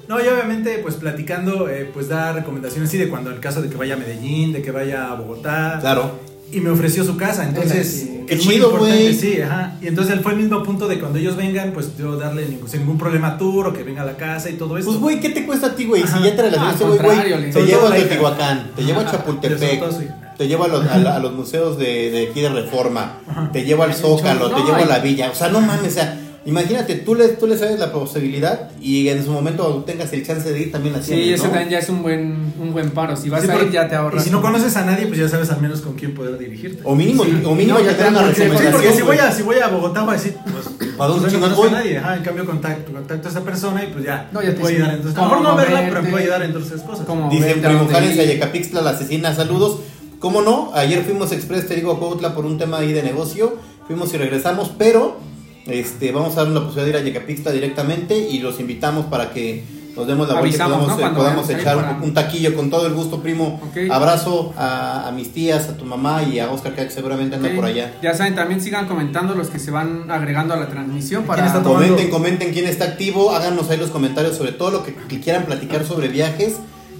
Speaker 4: No, y obviamente, pues platicando, eh, pues da recomendaciones, sí, de cuando el caso de que vaya a Medellín, de que vaya a Bogotá.
Speaker 2: Claro.
Speaker 4: Y me ofreció su casa, entonces.
Speaker 3: Órale.
Speaker 2: Qué
Speaker 4: es muy
Speaker 2: chido,
Speaker 4: importante,
Speaker 2: güey.
Speaker 4: Sí, ajá. Y entonces él fue el mismo punto de cuando ellos vengan, pues yo darle ningún, sin ningún problema a tour o que venga a la casa y todo eso.
Speaker 2: Pues, güey, ¿qué te cuesta a ti, güey? Si
Speaker 4: Ajá.
Speaker 2: ya te
Speaker 3: No,
Speaker 2: relacionas
Speaker 3: al
Speaker 2: ese güey,
Speaker 3: contrario,
Speaker 2: güey,
Speaker 3: le-
Speaker 2: te
Speaker 4: Sobre
Speaker 2: llevo
Speaker 4: todo
Speaker 2: a
Speaker 4: la hija.
Speaker 2: Teotihuacán, te llevo a
Speaker 4: Sobre
Speaker 2: Chapultepec,
Speaker 4: todo su hija.
Speaker 2: te llevo a los, a la- a los museos de, de aquí de Reforma, te llevo al
Speaker 3: Hay un
Speaker 2: Zócalo,
Speaker 3: chorro.
Speaker 2: te
Speaker 3: No,
Speaker 2: llevo a
Speaker 3: hay-
Speaker 2: la Villa. O sea, no mames, o sea, imagínate, tú le, tú le sabes la posibilidad y en su momento tengas el chance de ir también así.
Speaker 3: Sí, ese
Speaker 2: ¿no?
Speaker 3: también ya es un buen, un buen paro. Si vas
Speaker 4: Sí,
Speaker 3: a ir,
Speaker 4: porque-
Speaker 3: ya te ahorras.
Speaker 4: Y si no conoces a nadie, pues ya sabes al menos con quién poder dirigirte.
Speaker 2: O mínimo,
Speaker 3: Sí.
Speaker 2: o mínimo
Speaker 3: No,
Speaker 2: ya
Speaker 3: ya
Speaker 2: te dan
Speaker 3: te
Speaker 2: una
Speaker 3: dan- sí, porque
Speaker 2: recomendación.
Speaker 4: Sí, porque si voy,
Speaker 2: güey.
Speaker 4: a, si voy a Bogotá, voy a decir, pues,
Speaker 2: ¿A dónde
Speaker 4: pues, no
Speaker 2: chingas
Speaker 4: conozco
Speaker 2: voy?
Speaker 4: a nadie. Ajá, en cambio, contacto, contacto a esa persona y pues ya.
Speaker 3: No, ya te
Speaker 4: puedo
Speaker 3: dicen
Speaker 4: ayudar. Entonces, a lo
Speaker 3: cómo
Speaker 4: mejor no verla,
Speaker 3: moverte.
Speaker 4: pero me puedo ayudar en otras cosas.
Speaker 3: Como
Speaker 2: Dicen
Speaker 3: vete a donde
Speaker 2: Primo Juárez,
Speaker 3: ir.
Speaker 2: Ayacapixtla, la asesina, saludos. ¿Cómo no? Ayer fuimos express, te digo, a Cuautla por un tema ahí de negocio. Fuimos y regresamos, pero este, vamos a darnos la posibilidad de ir a Ayacapixtla directamente y los invitamos para que nos demos la vuelta y
Speaker 3: Avisamos,
Speaker 2: podamos,
Speaker 3: ¿no?
Speaker 2: eh,
Speaker 3: Cuando
Speaker 2: podamos
Speaker 3: vayamos
Speaker 2: echar
Speaker 3: ahí para-
Speaker 2: un, un taquillo con todo el gusto, primo.
Speaker 3: Ok.
Speaker 2: Abrazo a, a mis tías, a tu mamá y a Oscar, que seguramente anda
Speaker 3: Ok.
Speaker 2: por allá.
Speaker 3: Ya saben, también sigan comentando los que se van agregando a la transmisión para.
Speaker 4: está tomando?
Speaker 2: Comenten, comenten quién está activo, háganos ahí los comentarios sobre todo lo que, que quieran platicar sobre viajes.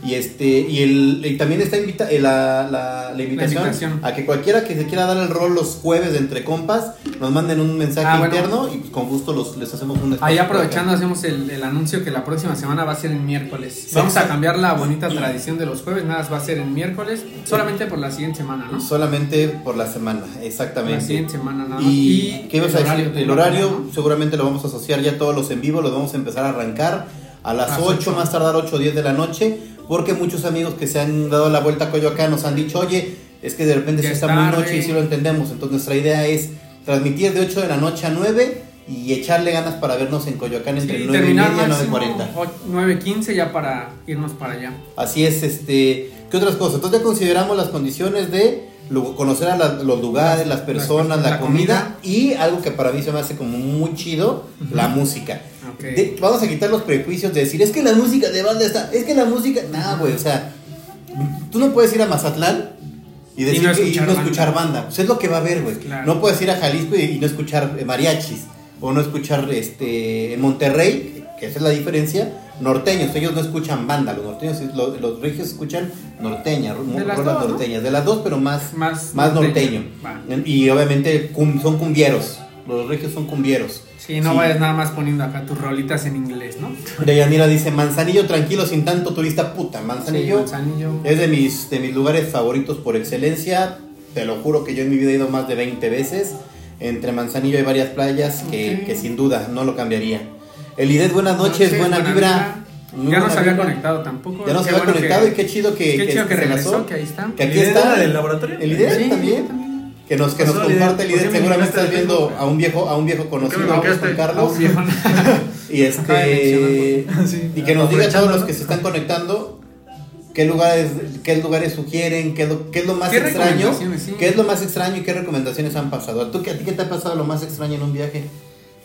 Speaker 2: Y este y el y también está invita eh, la, la- la invitación
Speaker 3: invitación.
Speaker 2: a que cualquiera que se quiera dar el rol los jueves de entre compas nos manden un mensaje
Speaker 3: Ah, bueno.
Speaker 2: interno y pues, con gusto los, les hacemos un
Speaker 3: Ahí
Speaker 2: espacio
Speaker 3: aprovechando
Speaker 2: para
Speaker 3: hacemos el, el anuncio que la próxima semana va a ser en miércoles.
Speaker 2: Sí.
Speaker 3: Vamos a cambiar la bonita tradición de los jueves, nada, más va a ser en miércoles, solamente por la siguiente semana, ¿no?
Speaker 2: que- solamente por la semana,
Speaker 3: La
Speaker 2: exactamente.
Speaker 3: siguiente semana nada más.
Speaker 2: Y, ¿qué ibas a decir? El
Speaker 3: ¿no?
Speaker 2: horario, seguramente lo vamos a asociar ya todos los en vivo, los vamos a empezar a arrancar a las
Speaker 3: Las
Speaker 2: 8,
Speaker 3: ocho.
Speaker 2: más tardar 8 o 10 de la noche, porque muchos amigos que se han dado la vuelta a Coyoacán nos han dicho, oye, es que de repente
Speaker 3: Ya
Speaker 2: se
Speaker 3: es
Speaker 2: está muy
Speaker 3: tarde".
Speaker 2: noche y sí lo entendemos. Entonces nuestra idea es transmitir de 8 de la noche a 9 y echarle ganas para vernos en Coyoacán entre
Speaker 3: Y
Speaker 2: 9 y
Speaker 3: terminar
Speaker 2: media y
Speaker 3: máximo
Speaker 2: 9.40.
Speaker 3: o- 9.15 ya para irnos para allá.
Speaker 2: Así es, este, ¿qué otras cosas? Entonces ya consideramos las condiciones de lu- conocer a la- los lugares, las personas, la,
Speaker 3: la
Speaker 2: comida, y algo que para mí se me hace como muy chido, la música.
Speaker 3: Ok.
Speaker 2: De- vamos a quitar los prejuicios de decir, es que la música de banda está, es que la música, nada, güey, o sea, tú no puedes ir a Mazatlán y, decir
Speaker 3: no
Speaker 2: que- y
Speaker 3: escuchar
Speaker 2: no
Speaker 3: banda.
Speaker 2: escuchar banda, pues es lo que va a haber, güey.
Speaker 3: Claro.
Speaker 2: No puedes ir a Jalisco y, y no escuchar eh, mariachis, o no escuchar este, en Monterrey, que esa es la diferencia, norteños, ellos no escuchan banda, los norteños, los, los regios escuchan norteña, ru-
Speaker 3: De las
Speaker 2: rolas
Speaker 3: dos, ¿no?
Speaker 2: norteñas, de las dos, pero más,
Speaker 3: Más
Speaker 2: más norteño.
Speaker 3: norteño. Va.
Speaker 2: Y obviamente cum- son cumbieros, los regios son cumbieros.
Speaker 3: Sí, no
Speaker 2: Sí.
Speaker 3: vayas nada más poniendo acá tus rolitas en inglés, ¿no?
Speaker 2: Deyanira dice, Manzanillo tranquilo sin tanto turista puta. Manzanillo
Speaker 3: Sí, Manzanillo.
Speaker 2: es de mis, de mis lugares favoritos por excelencia. Te lo juro que yo en mi vida he ido más de 20 veces. Entre Manzanillo hay varias playas que,
Speaker 3: Ok.
Speaker 2: que sin duda no lo cambiaría. Elidet, buenas noches,
Speaker 3: Noches,
Speaker 2: buena,
Speaker 3: buena
Speaker 2: vibra.
Speaker 3: vibra.
Speaker 2: Muy
Speaker 3: ya
Speaker 2: buena
Speaker 3: nos había
Speaker 2: vibra.
Speaker 3: conectado tampoco.
Speaker 2: Ya nos
Speaker 3: Qué
Speaker 2: había
Speaker 3: bueno
Speaker 2: conectado
Speaker 3: que-
Speaker 2: y qué chido que, este
Speaker 3: Qué chido que
Speaker 2: se
Speaker 3: regresó,
Speaker 2: lanzó.
Speaker 3: que ahí está.
Speaker 2: Que
Speaker 7: ¿El
Speaker 2: aquí
Speaker 7: Idet
Speaker 2: está.
Speaker 7: era del laboratorio?
Speaker 2: Elidet
Speaker 3: Sí,
Speaker 2: también. Que nos, que nos
Speaker 7: Pasó, Elidet.
Speaker 2: comparte Elidet.
Speaker 7: ¿Por qué me
Speaker 2: Seguramente
Speaker 7: bloqueaste
Speaker 2: estás
Speaker 7: de
Speaker 2: viendo
Speaker 7: Facebook?
Speaker 2: a un viejo, a un viejo conocido, a un
Speaker 3: bloqueaste?
Speaker 2: Juan Carlos.
Speaker 3: Ah, viejo.
Speaker 2: Y
Speaker 3: Acaba de
Speaker 2: este
Speaker 3: mencionarlo.
Speaker 7: Sí.
Speaker 2: y que
Speaker 3: Ah,
Speaker 2: nos digan
Speaker 7: Aprovechando,
Speaker 2: todos los
Speaker 7: ¿no?
Speaker 2: que se están conectando qué lugares qué lugares sugieren, qué es lo, qué es lo más
Speaker 3: ¿Qué
Speaker 2: extraño,
Speaker 3: recomendaciones, sí?
Speaker 2: qué es lo más extraño y qué recomendaciones han pasado. ¿A tú qué- a ti qué te ha pasado lo más extraño en un viaje?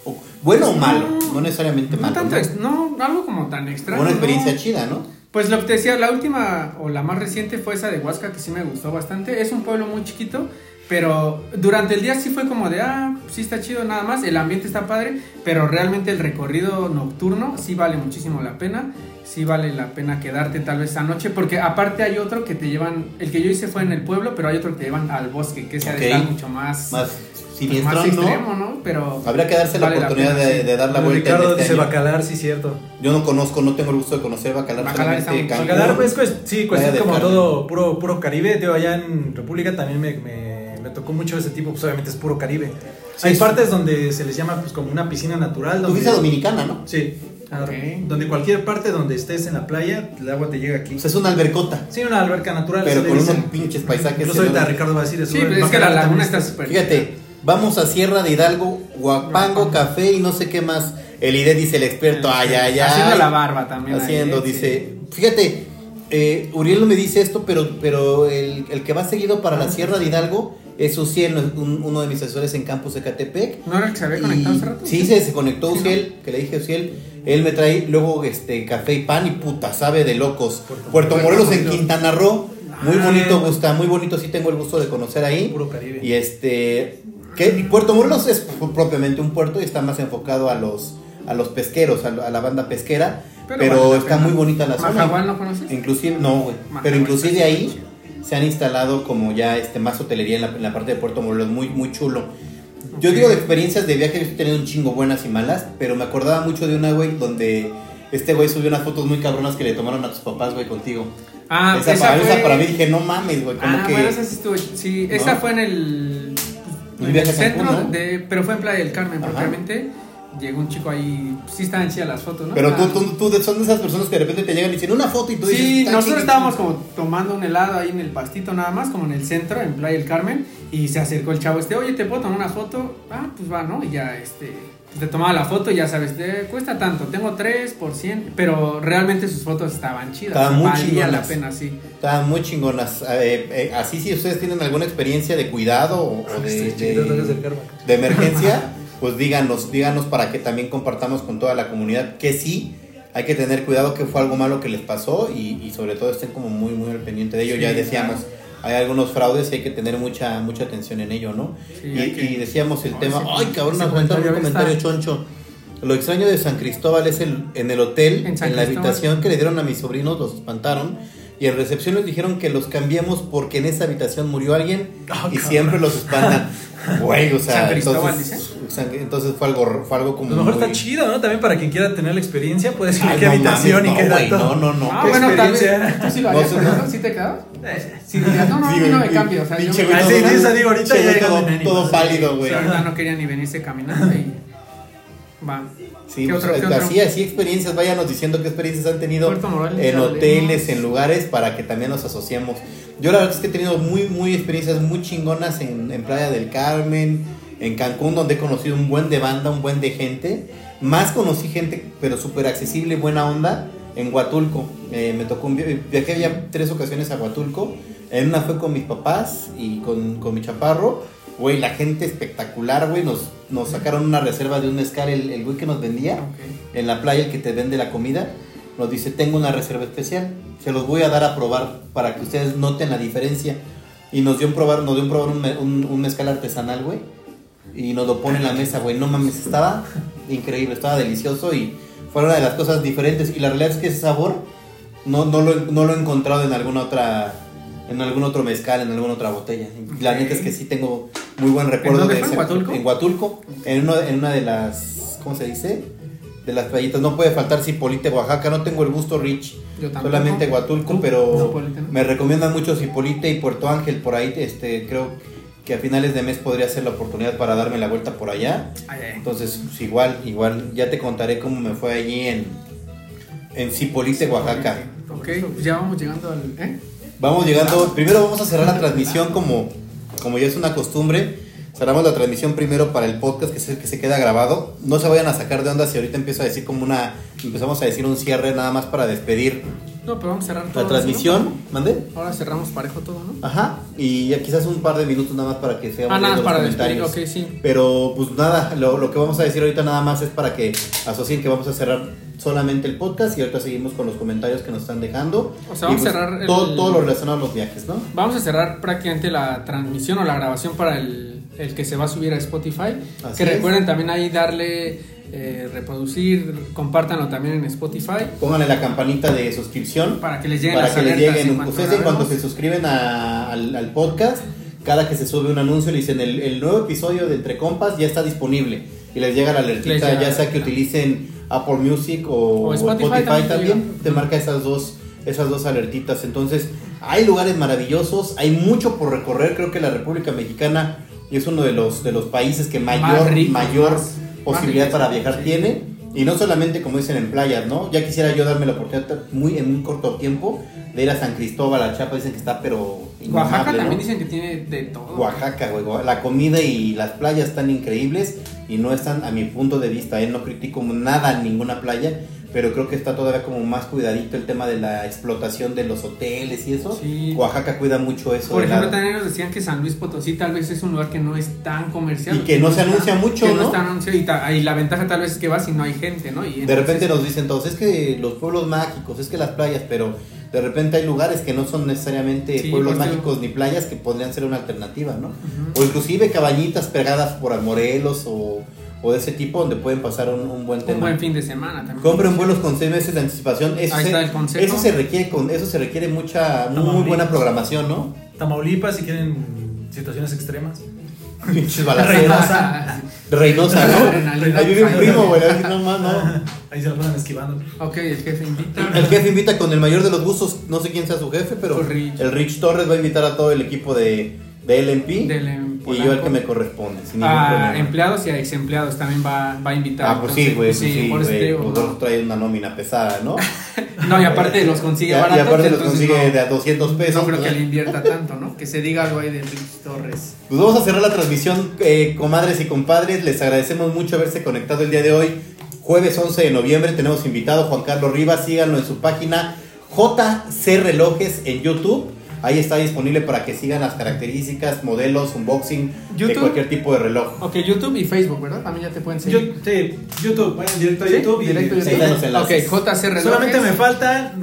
Speaker 2: O- bueno o malo, no necesariamente
Speaker 3: No
Speaker 2: malo.
Speaker 3: tanto,
Speaker 2: ¿no?
Speaker 3: ex- no, algo como tan extraño.
Speaker 2: Una experiencia
Speaker 3: ¿no?
Speaker 2: chida, ¿no?
Speaker 3: Pues lo que te decía, la última o la más reciente fue esa de Huasca que sí me gustó bastante. Es un pueblo muy chiquito, pero durante el día sí fue como de, ah, sí está chido nada más, el ambiente está padre, pero realmente el recorrido nocturno sí vale muchísimo la pena, sí vale la pena quedarte tal vez esa noche, porque aparte hay otro que te llevan, el que yo hice fue en el pueblo, pero hay otro que te llevan al bosque, que se ha de
Speaker 2: Ok.
Speaker 3: estar mucho más,
Speaker 2: Más
Speaker 3: pues,
Speaker 2: siniestro,
Speaker 3: más
Speaker 2: ¿no?
Speaker 3: extremo, ¿no? Pero
Speaker 2: Habría que darse
Speaker 3: Vale
Speaker 2: la
Speaker 3: la
Speaker 2: oportunidad
Speaker 3: pena,
Speaker 2: de,
Speaker 3: sí. Pues
Speaker 2: de dar la vuelta en
Speaker 7: Ricardo
Speaker 2: este
Speaker 7: dice
Speaker 2: año.
Speaker 7: Bacalar, sí, cierto.
Speaker 2: Yo no conozco, no tengo el gusto de conocer Bacalar,
Speaker 3: Bacalar está
Speaker 2: solamente
Speaker 3: muy-
Speaker 2: Cancún.
Speaker 7: Bacalar, pues, pues, sí,
Speaker 2: Playa
Speaker 7: cuestión
Speaker 2: del
Speaker 7: como
Speaker 2: Carmen.
Speaker 7: todo puro, puro Caribe. Tío, allá en República también me, me- me tocó mucho ese tipo, pues obviamente es puro Caribe.
Speaker 2: Sí,
Speaker 7: Hay
Speaker 2: sí.
Speaker 7: partes donde se les llama pues como una piscina natural.
Speaker 2: Tú
Speaker 7: donde-
Speaker 2: fuiste a Dominicana, Ah, ¿no?
Speaker 7: Sí. a-
Speaker 3: Ok.
Speaker 7: Donde cualquier parte donde estés en la playa, el agua te llega aquí.
Speaker 2: O sea, Pues es una albercota,
Speaker 7: Sí, una alberca natural.
Speaker 2: pero
Speaker 7: sí,
Speaker 2: con
Speaker 7: le dicen.
Speaker 2: unos pinches paisajes.
Speaker 7: Incluso ahorita
Speaker 2: enormes.
Speaker 7: Ricardo va a decir eso.
Speaker 3: sí,
Speaker 7: el
Speaker 3: pues, es que la
Speaker 7: Bacalar
Speaker 3: laguna
Speaker 7: también
Speaker 3: está súper...
Speaker 2: Fíjate, vamos a Sierra de Hidalgo, Guapango, Café y no sé qué más. El ID dice el experto, ay, ay, ay.
Speaker 3: Haciendo la barba también. ahí,
Speaker 2: Haciendo,
Speaker 3: ¿eh? Sí.
Speaker 2: dice. Fíjate, eh, Uriel no me dice esto, pero, pero el, el que va seguido para
Speaker 3: Ah,
Speaker 2: la Sierra de Hidalgo es Uciel, un- uno de mis asesores en Campus Ecatepec.
Speaker 3: ¿No era el que se había
Speaker 2: Y-
Speaker 3: conectado hace rato?
Speaker 2: Sí, se, se conectó
Speaker 3: Sí,
Speaker 2: Uciel, que le dije a Uciel. Él me trae luego este café y pan y puta, sabe de locos. Puerto Morelos en Quintana Roo. Muy
Speaker 7: Ah.
Speaker 2: bonito, Gusta, muy bonito. Sí tengo el gusto de conocer ahí.
Speaker 7: Puro Caribe.
Speaker 2: Y este. Que Puerto Morelos es propiamente un puerto y está más enfocado a los, a los pesqueros, a, la- a la banda pesquera. Pero,
Speaker 3: Pero vale la
Speaker 2: está
Speaker 3: pena.
Speaker 2: muy bonita la zona.
Speaker 3: ¿Majahual no conoces?
Speaker 2: Inclusive, no, güey. Pero
Speaker 3: Majahual
Speaker 2: inclusive
Speaker 3: está
Speaker 2: ahí
Speaker 3: chido.
Speaker 2: se han instalado como ya este, más hotelería en la, en la parte de Puerto Morelos, muy, muy chulo. Yo digo de experiencias de viaje, yo he tenido un chingo buenas y malas, pero me acordaba mucho de una, güey, donde este güey subió unas fotos muy cabronas que le tomaron a tus papás, güey, contigo.
Speaker 3: Ah,
Speaker 2: esa, para,
Speaker 3: fue-
Speaker 2: esa para mí dije, no mames, güey, como
Speaker 3: Ah,
Speaker 2: que...
Speaker 3: bueno, esa sí estuvo. Sí,
Speaker 2: ¿No?
Speaker 3: esa fue en el.
Speaker 2: Un
Speaker 3: En el
Speaker 2: viaje a Cancún,
Speaker 3: centro,
Speaker 2: ¿no?
Speaker 3: de, pero fue en Playa del Carmen,
Speaker 2: Ajá.
Speaker 3: propiamente. Llegó un chico ahí. Sí, estaban chidas las fotos, ¿no?
Speaker 2: Pero
Speaker 3: Ah.
Speaker 2: tú, tú, tú de- son de esas personas que de repente te llegan y dicen una foto y tú dices...
Speaker 3: Sí,
Speaker 2: "Está
Speaker 3: nosotros
Speaker 2: chiquitito".
Speaker 3: estábamos como tomando un helado ahí en el pastito nada más, como en el centro, en Playa del Carmen, y se acercó el chavo este, oye, ¿te puedo tomar una foto? Ah, pues va, ¿no? Y ya, este, te tomaba la foto y ya sabes, te cuesta tanto, tengo 3 por 100, pero realmente sus fotos estaban chidas.
Speaker 2: Estaban muy
Speaker 3: valía la
Speaker 2: chingonas.
Speaker 3: pena, sí.
Speaker 2: Estaban muy chingonas. Eh, eh, así si ustedes tienen alguna experiencia de cuidado o,
Speaker 4: Ah,
Speaker 2: o de,
Speaker 7: Este chiquito, no es
Speaker 2: de,
Speaker 7: del Carmen.
Speaker 2: de emergencia, pues díganos, díganos para que también compartamos con toda la comunidad que sí. Hay que tener cuidado que fue algo malo que les pasó y, y sobre todo estén como muy muy al pendiente de ello.
Speaker 3: Sí,
Speaker 2: ya decíamos, hay algunos fraudes y hay que tener mucha mucha atención en ello, ¿no?
Speaker 3: Sí,
Speaker 2: y,
Speaker 3: hay que-
Speaker 2: y decíamos el
Speaker 3: Ay,
Speaker 2: tema,
Speaker 3: ese-
Speaker 2: ay cabrón,
Speaker 3: ese
Speaker 2: nos aventaron un
Speaker 3: comentario
Speaker 2: comentario choncho. Lo extraño de San Cristóbal es el, en el hotel, en,
Speaker 3: En San
Speaker 2: la
Speaker 3: Cristóbal.
Speaker 2: habitación que le dieron a mis sobrinos, los espantaron. Y en recepción les dijeron que los cambiamos porque en esa habitación murió alguien
Speaker 7: Ah,
Speaker 2: y
Speaker 7: cabrón.
Speaker 2: siempre los espantan. Güey, o sea,
Speaker 3: San Cristóbal,
Speaker 2: entonces, San- entonces fue algo, fue algo
Speaker 7: A
Speaker 2: como.
Speaker 7: lo mejor
Speaker 2: muy-
Speaker 7: está chido, ¿no? También para quien quiera tener la experiencia, puedes ir
Speaker 2: Ay,
Speaker 7: a qué
Speaker 2: no
Speaker 7: habitación
Speaker 2: mames,
Speaker 7: y qué
Speaker 2: no, güey,
Speaker 7: dato.
Speaker 2: No, no, no.
Speaker 3: Ah,
Speaker 7: ¿Qué
Speaker 3: bueno, tal vez.
Speaker 7: experiencia?
Speaker 3: ¿Tú sí lo
Speaker 2: No,
Speaker 3: harías,
Speaker 2: sí,
Speaker 3: Fernando?
Speaker 2: no.
Speaker 3: ¿Sí te quedabas?
Speaker 7: Eh,
Speaker 3: Sí, dirías, no, no, a
Speaker 2: Sí,
Speaker 3: mí no me
Speaker 2: güey,
Speaker 3: cambio. O sea, yo
Speaker 2: pinche
Speaker 3: me
Speaker 2: güey,
Speaker 7: Ah,
Speaker 2: todo-
Speaker 7: sí, dices ahorita
Speaker 2: pinche
Speaker 7: ya
Speaker 2: güey,
Speaker 7: llegan en
Speaker 2: todo,
Speaker 7: ánimo.
Speaker 2: todo pálido, güey.
Speaker 3: Sí, ahorita no quería ni venirse caminando y... Va.
Speaker 2: Sí,
Speaker 3: ¿Qué
Speaker 2: pues,
Speaker 3: otro, qué otro?
Speaker 2: así, así experiencias, váyanos diciendo qué experiencias han tenido
Speaker 3: Puerto Morelos,
Speaker 2: en
Speaker 3: ya lo
Speaker 2: hoteles,
Speaker 3: leímos.
Speaker 2: en lugares, para que también nos asociemos. Yo la verdad es que he tenido muy, muy experiencias muy chingonas en, en Playa del Carmen, en Cancún, donde he conocido un buen de banda, un buen de gente. Más conocí gente, pero súper accesible y buena onda, en Huatulco. Eh, me tocó un viaje, viajé ya tres ocasiones a Huatulco. En una fue con mis papás y con, con mi chaparro. Güey, la gente espectacular, güey. Nos, nos sacaron una reserva de un mezcal, el, el güey que nos vendía en la playa, el que te vende la comida, nos dice, tengo una reserva especial, se los voy a dar a probar para que ustedes noten la diferencia. Y nos dio un probar, nos dio un probar un, me- un- un mezcal artesanal, güey. Y nos lo pone en la mesa, güey. No mames, estaba increíble, estaba delicioso y fue una de las cosas diferentes. Y la realidad es que ese sabor no, no, lo, no lo he encontrado en alguna otra... En algún otro mezcal, en alguna otra botella. Y La neta es que sí tengo muy buen recuerdo
Speaker 3: dónde
Speaker 2: de
Speaker 3: fue? ¿En
Speaker 2: ese-
Speaker 3: Huatulco?
Speaker 2: En Huatulco, en, uno- en una de las. ¿Cómo se dice? de las playitas. No puede faltar Cipolite, Oaxaca. No tengo el gusto Rich,
Speaker 3: Yo tampoco.
Speaker 2: solamente Huatulco,
Speaker 3: ¿Tú?
Speaker 2: pero
Speaker 3: Zapolite, ¿no?
Speaker 2: me recomiendan mucho Cipolite y Puerto Ángel por ahí. Este, creo que a finales de mes podría ser la oportunidad para darme la vuelta por allá.
Speaker 3: Ay, ay.
Speaker 2: Entonces, pues, igual, igual, ya te contaré cómo me fue allí en, en Cipolite, Oaxaca.
Speaker 3: Ok, pues ya vamos llegando al. ¿eh?
Speaker 2: Vamos llegando, primero vamos a cerrar la transmisión como, como ya es una costumbre. Cerramos la transmisión primero para el podcast que es el que se queda grabado. No se vayan a sacar de onda si ahorita empiezo a decir como una empezamos a decir un cierre nada más para despedir
Speaker 3: No, pero vamos a cerrar todo,
Speaker 2: la
Speaker 3: ¿no?
Speaker 2: transmisión, ¿mande?
Speaker 3: Ahora cerramos parejo todo, ¿no?
Speaker 2: Ajá, y ya quizás un par de minutos nada más para que seamos
Speaker 3: Ah, nada,
Speaker 2: los
Speaker 3: para despedir,
Speaker 2: comentarios.
Speaker 3: ok, sí.
Speaker 2: Pero pues nada, lo, lo que vamos a decir ahorita nada más es para que asocien que vamos a cerrar solamente el podcast y ahorita seguimos con los comentarios que nos están dejando.
Speaker 3: O sea,
Speaker 2: Y,
Speaker 3: vamos
Speaker 2: pues,
Speaker 3: a cerrar el-
Speaker 2: todo, todo lo relacionado a los viajes, ¿no?
Speaker 3: Vamos a cerrar prácticamente la transmisión o la grabación para el, el que se va a subir a Spotify.
Speaker 2: Así
Speaker 3: que
Speaker 2: es.
Speaker 3: recuerden también ahí darle, eh, reproducir, compártanlo también en Spotify
Speaker 2: Pónganle la campanita de suscripción
Speaker 3: para que les lleguen
Speaker 2: para
Speaker 3: las
Speaker 2: que les
Speaker 3: alertas en
Speaker 2: lleguen.
Speaker 3: cuanto
Speaker 2: Ustedes en cuanto
Speaker 3: grabemos.
Speaker 2: se suscriben a- al, al podcast, cada que se sube un anuncio le dicen el, el nuevo episodio de Entre Compas ya está disponible y les llega la alertita,
Speaker 3: Les llega la
Speaker 2: ya sea
Speaker 3: alerta.
Speaker 2: que utilicen Apple Music o,
Speaker 3: O
Speaker 2: Spotify,
Speaker 3: Spotify
Speaker 2: también,
Speaker 3: también te llega.
Speaker 2: te marca esas dos esas dos alertitas. Entonces, hay lugares maravillosos, hay mucho por recorrer, creo que la República Mexicana es uno de los de los países que mayor
Speaker 3: ricos,
Speaker 2: mayor
Speaker 3: más-
Speaker 2: posibilidad
Speaker 3: más
Speaker 2: para
Speaker 3: ricos,
Speaker 2: viajar
Speaker 3: sí.
Speaker 2: tiene. ¿Eh? Y no solamente como dicen en playas, ¿no? Ya quisiera yo darme la oportunidad muy en un corto tiempo de ir a San Cristóbal, a Chiapas, dicen que está pero inmamable,
Speaker 3: Oaxaca
Speaker 2: ¿no?
Speaker 3: también dicen que tiene de todo.
Speaker 2: Oaxaca, güey, Oa- la comida y las playas están increíbles y no están a mi punto de vista, ¿eh? no critico nada ninguna playa, pero creo que está todavía como más cuidadito el tema de la explotación de los hoteles y eso.
Speaker 3: Sí.
Speaker 2: Oaxaca cuida mucho eso.
Speaker 3: Por
Speaker 2: de
Speaker 3: ejemplo,
Speaker 2: la-
Speaker 3: también nos decían que San Luis Potosí tal vez es un lugar que no es tan comercial.
Speaker 2: Y que no se
Speaker 3: está-
Speaker 2: anuncia mucho,
Speaker 3: que
Speaker 2: ¿no?
Speaker 3: está anunciado y, ta- y la ventaja tal vez es que vas y no hay gente, ¿no? Y
Speaker 2: De
Speaker 3: entonces-
Speaker 2: repente nos dicen todos, es que los pueblos mágicos, es que las playas, pero de repente hay lugares que no son necesariamente
Speaker 3: Sí,
Speaker 2: pueblos
Speaker 3: porque-
Speaker 2: mágicos ni playas que podrían ser una alternativa, ¿no?
Speaker 3: Ujú.
Speaker 2: O inclusive cabañitas pegadas por Morelos o, o de ese tipo donde pueden pasar un, un buen tema.
Speaker 3: Un buen fin de semana también.
Speaker 2: Compren vuelos con seis meses de anticipación. Eso,
Speaker 3: Ahí
Speaker 2: se,
Speaker 3: está el consejo.
Speaker 2: eso se requiere con, eso se requiere mucha muy,
Speaker 7: Tamaulipas.
Speaker 2: buena programación, ¿no?
Speaker 7: Tamaulipas, si quieren situaciones extremas.
Speaker 2: Pinches
Speaker 7: Reynosa.
Speaker 2: balaceras.
Speaker 3: Ah,
Speaker 2: Reinosa, ¿no?
Speaker 3: Adrenalina.
Speaker 2: Ahí vive un primo, güey. ahí No, más, no.
Speaker 7: Ahí se la pasan esquivando.
Speaker 3: Ok, el jefe invita.
Speaker 2: El jefe invita con el mayor de los gustos, no sé quién sea su jefe, pero
Speaker 3: El Rich.
Speaker 2: el Rich Torres va a invitar a todo el equipo de, de LMP
Speaker 3: Del, eh,
Speaker 2: y yo el
Speaker 3: Polanco. Ah,
Speaker 2: que me corresponde, sin ningún
Speaker 3: A
Speaker 2: problema.
Speaker 3: empleados y a exempleados también va, va a invitar.
Speaker 2: Ah, pues sí,
Speaker 3: Entonces,
Speaker 2: güey, pues sí,
Speaker 3: por
Speaker 2: güey.
Speaker 3: eso te digo,
Speaker 2: Pues
Speaker 3: no.
Speaker 2: nosotros trae una nómina pesada, ¿no?
Speaker 3: No, y aparte los consigue
Speaker 2: Y a-
Speaker 3: baratos.
Speaker 2: Y aparte los
Speaker 3: entonces
Speaker 2: consigue
Speaker 3: no-
Speaker 2: de a 200 pesos.
Speaker 3: No creo
Speaker 2: pues,
Speaker 3: que le invierta tanto, ¿no? Que se diga algo ahí de Luis Torres.
Speaker 2: Pues vamos a cerrar la transmisión, eh, comadres y compadres. Les agradecemos mucho haberse conectado el día de hoy. Jueves 11 de noviembre tenemos invitado Juan Carlos Rivas. Síganlo en su página JC Relojes en YouTube. Ahí está disponible para que sigan las características, modelos, unboxing de
Speaker 3: YouTube.
Speaker 2: cualquier tipo de reloj.
Speaker 3: Ok, YouTube y Facebook, ¿verdad? También ya te pueden
Speaker 7: Yo,
Speaker 3: seguir.
Speaker 7: sí, YouTube, vayan directo a
Speaker 3: ¿Sí?
Speaker 7: YouTube. y- este,
Speaker 3: Directo a
Speaker 2: ahí están los
Speaker 3: YouTube. Ok,
Speaker 2: enlaces.
Speaker 3: JC Relojes.
Speaker 7: Solamente me faltan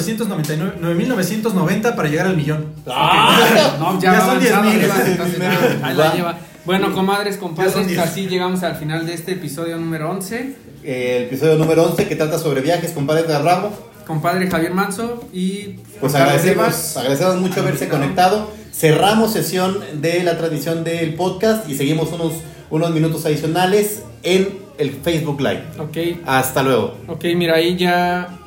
Speaker 7: 9.999 9.990 para llegar al millón.
Speaker 2: Ah,
Speaker 3: No,
Speaker 7: Ya
Speaker 3: ya, va
Speaker 7: son
Speaker 3: avanzado,
Speaker 7: 10,000.
Speaker 3: Rivas, entonces, ya, ahí la
Speaker 2: Va.
Speaker 3: lleva. Bueno, comadres,
Speaker 7: Ya son
Speaker 3: compadres,
Speaker 7: 10.
Speaker 3: así llegamos al final de este episodio número 11.
Speaker 2: Eh, el episodio número 11 que trata sobre viajes con Padre de Ramos.
Speaker 3: Compadre Javier Manso y.
Speaker 2: Pues
Speaker 3: Carlos
Speaker 2: agradecemos,
Speaker 3: Rivas.
Speaker 2: agradecemos mucho haberse conectado. Cerramos sesión de la transmisión del podcast y seguimos unos, unos minutos adicionales en el Facebook Live.
Speaker 3: Ok,
Speaker 2: Hasta luego.
Speaker 3: ok, mira, ahí ya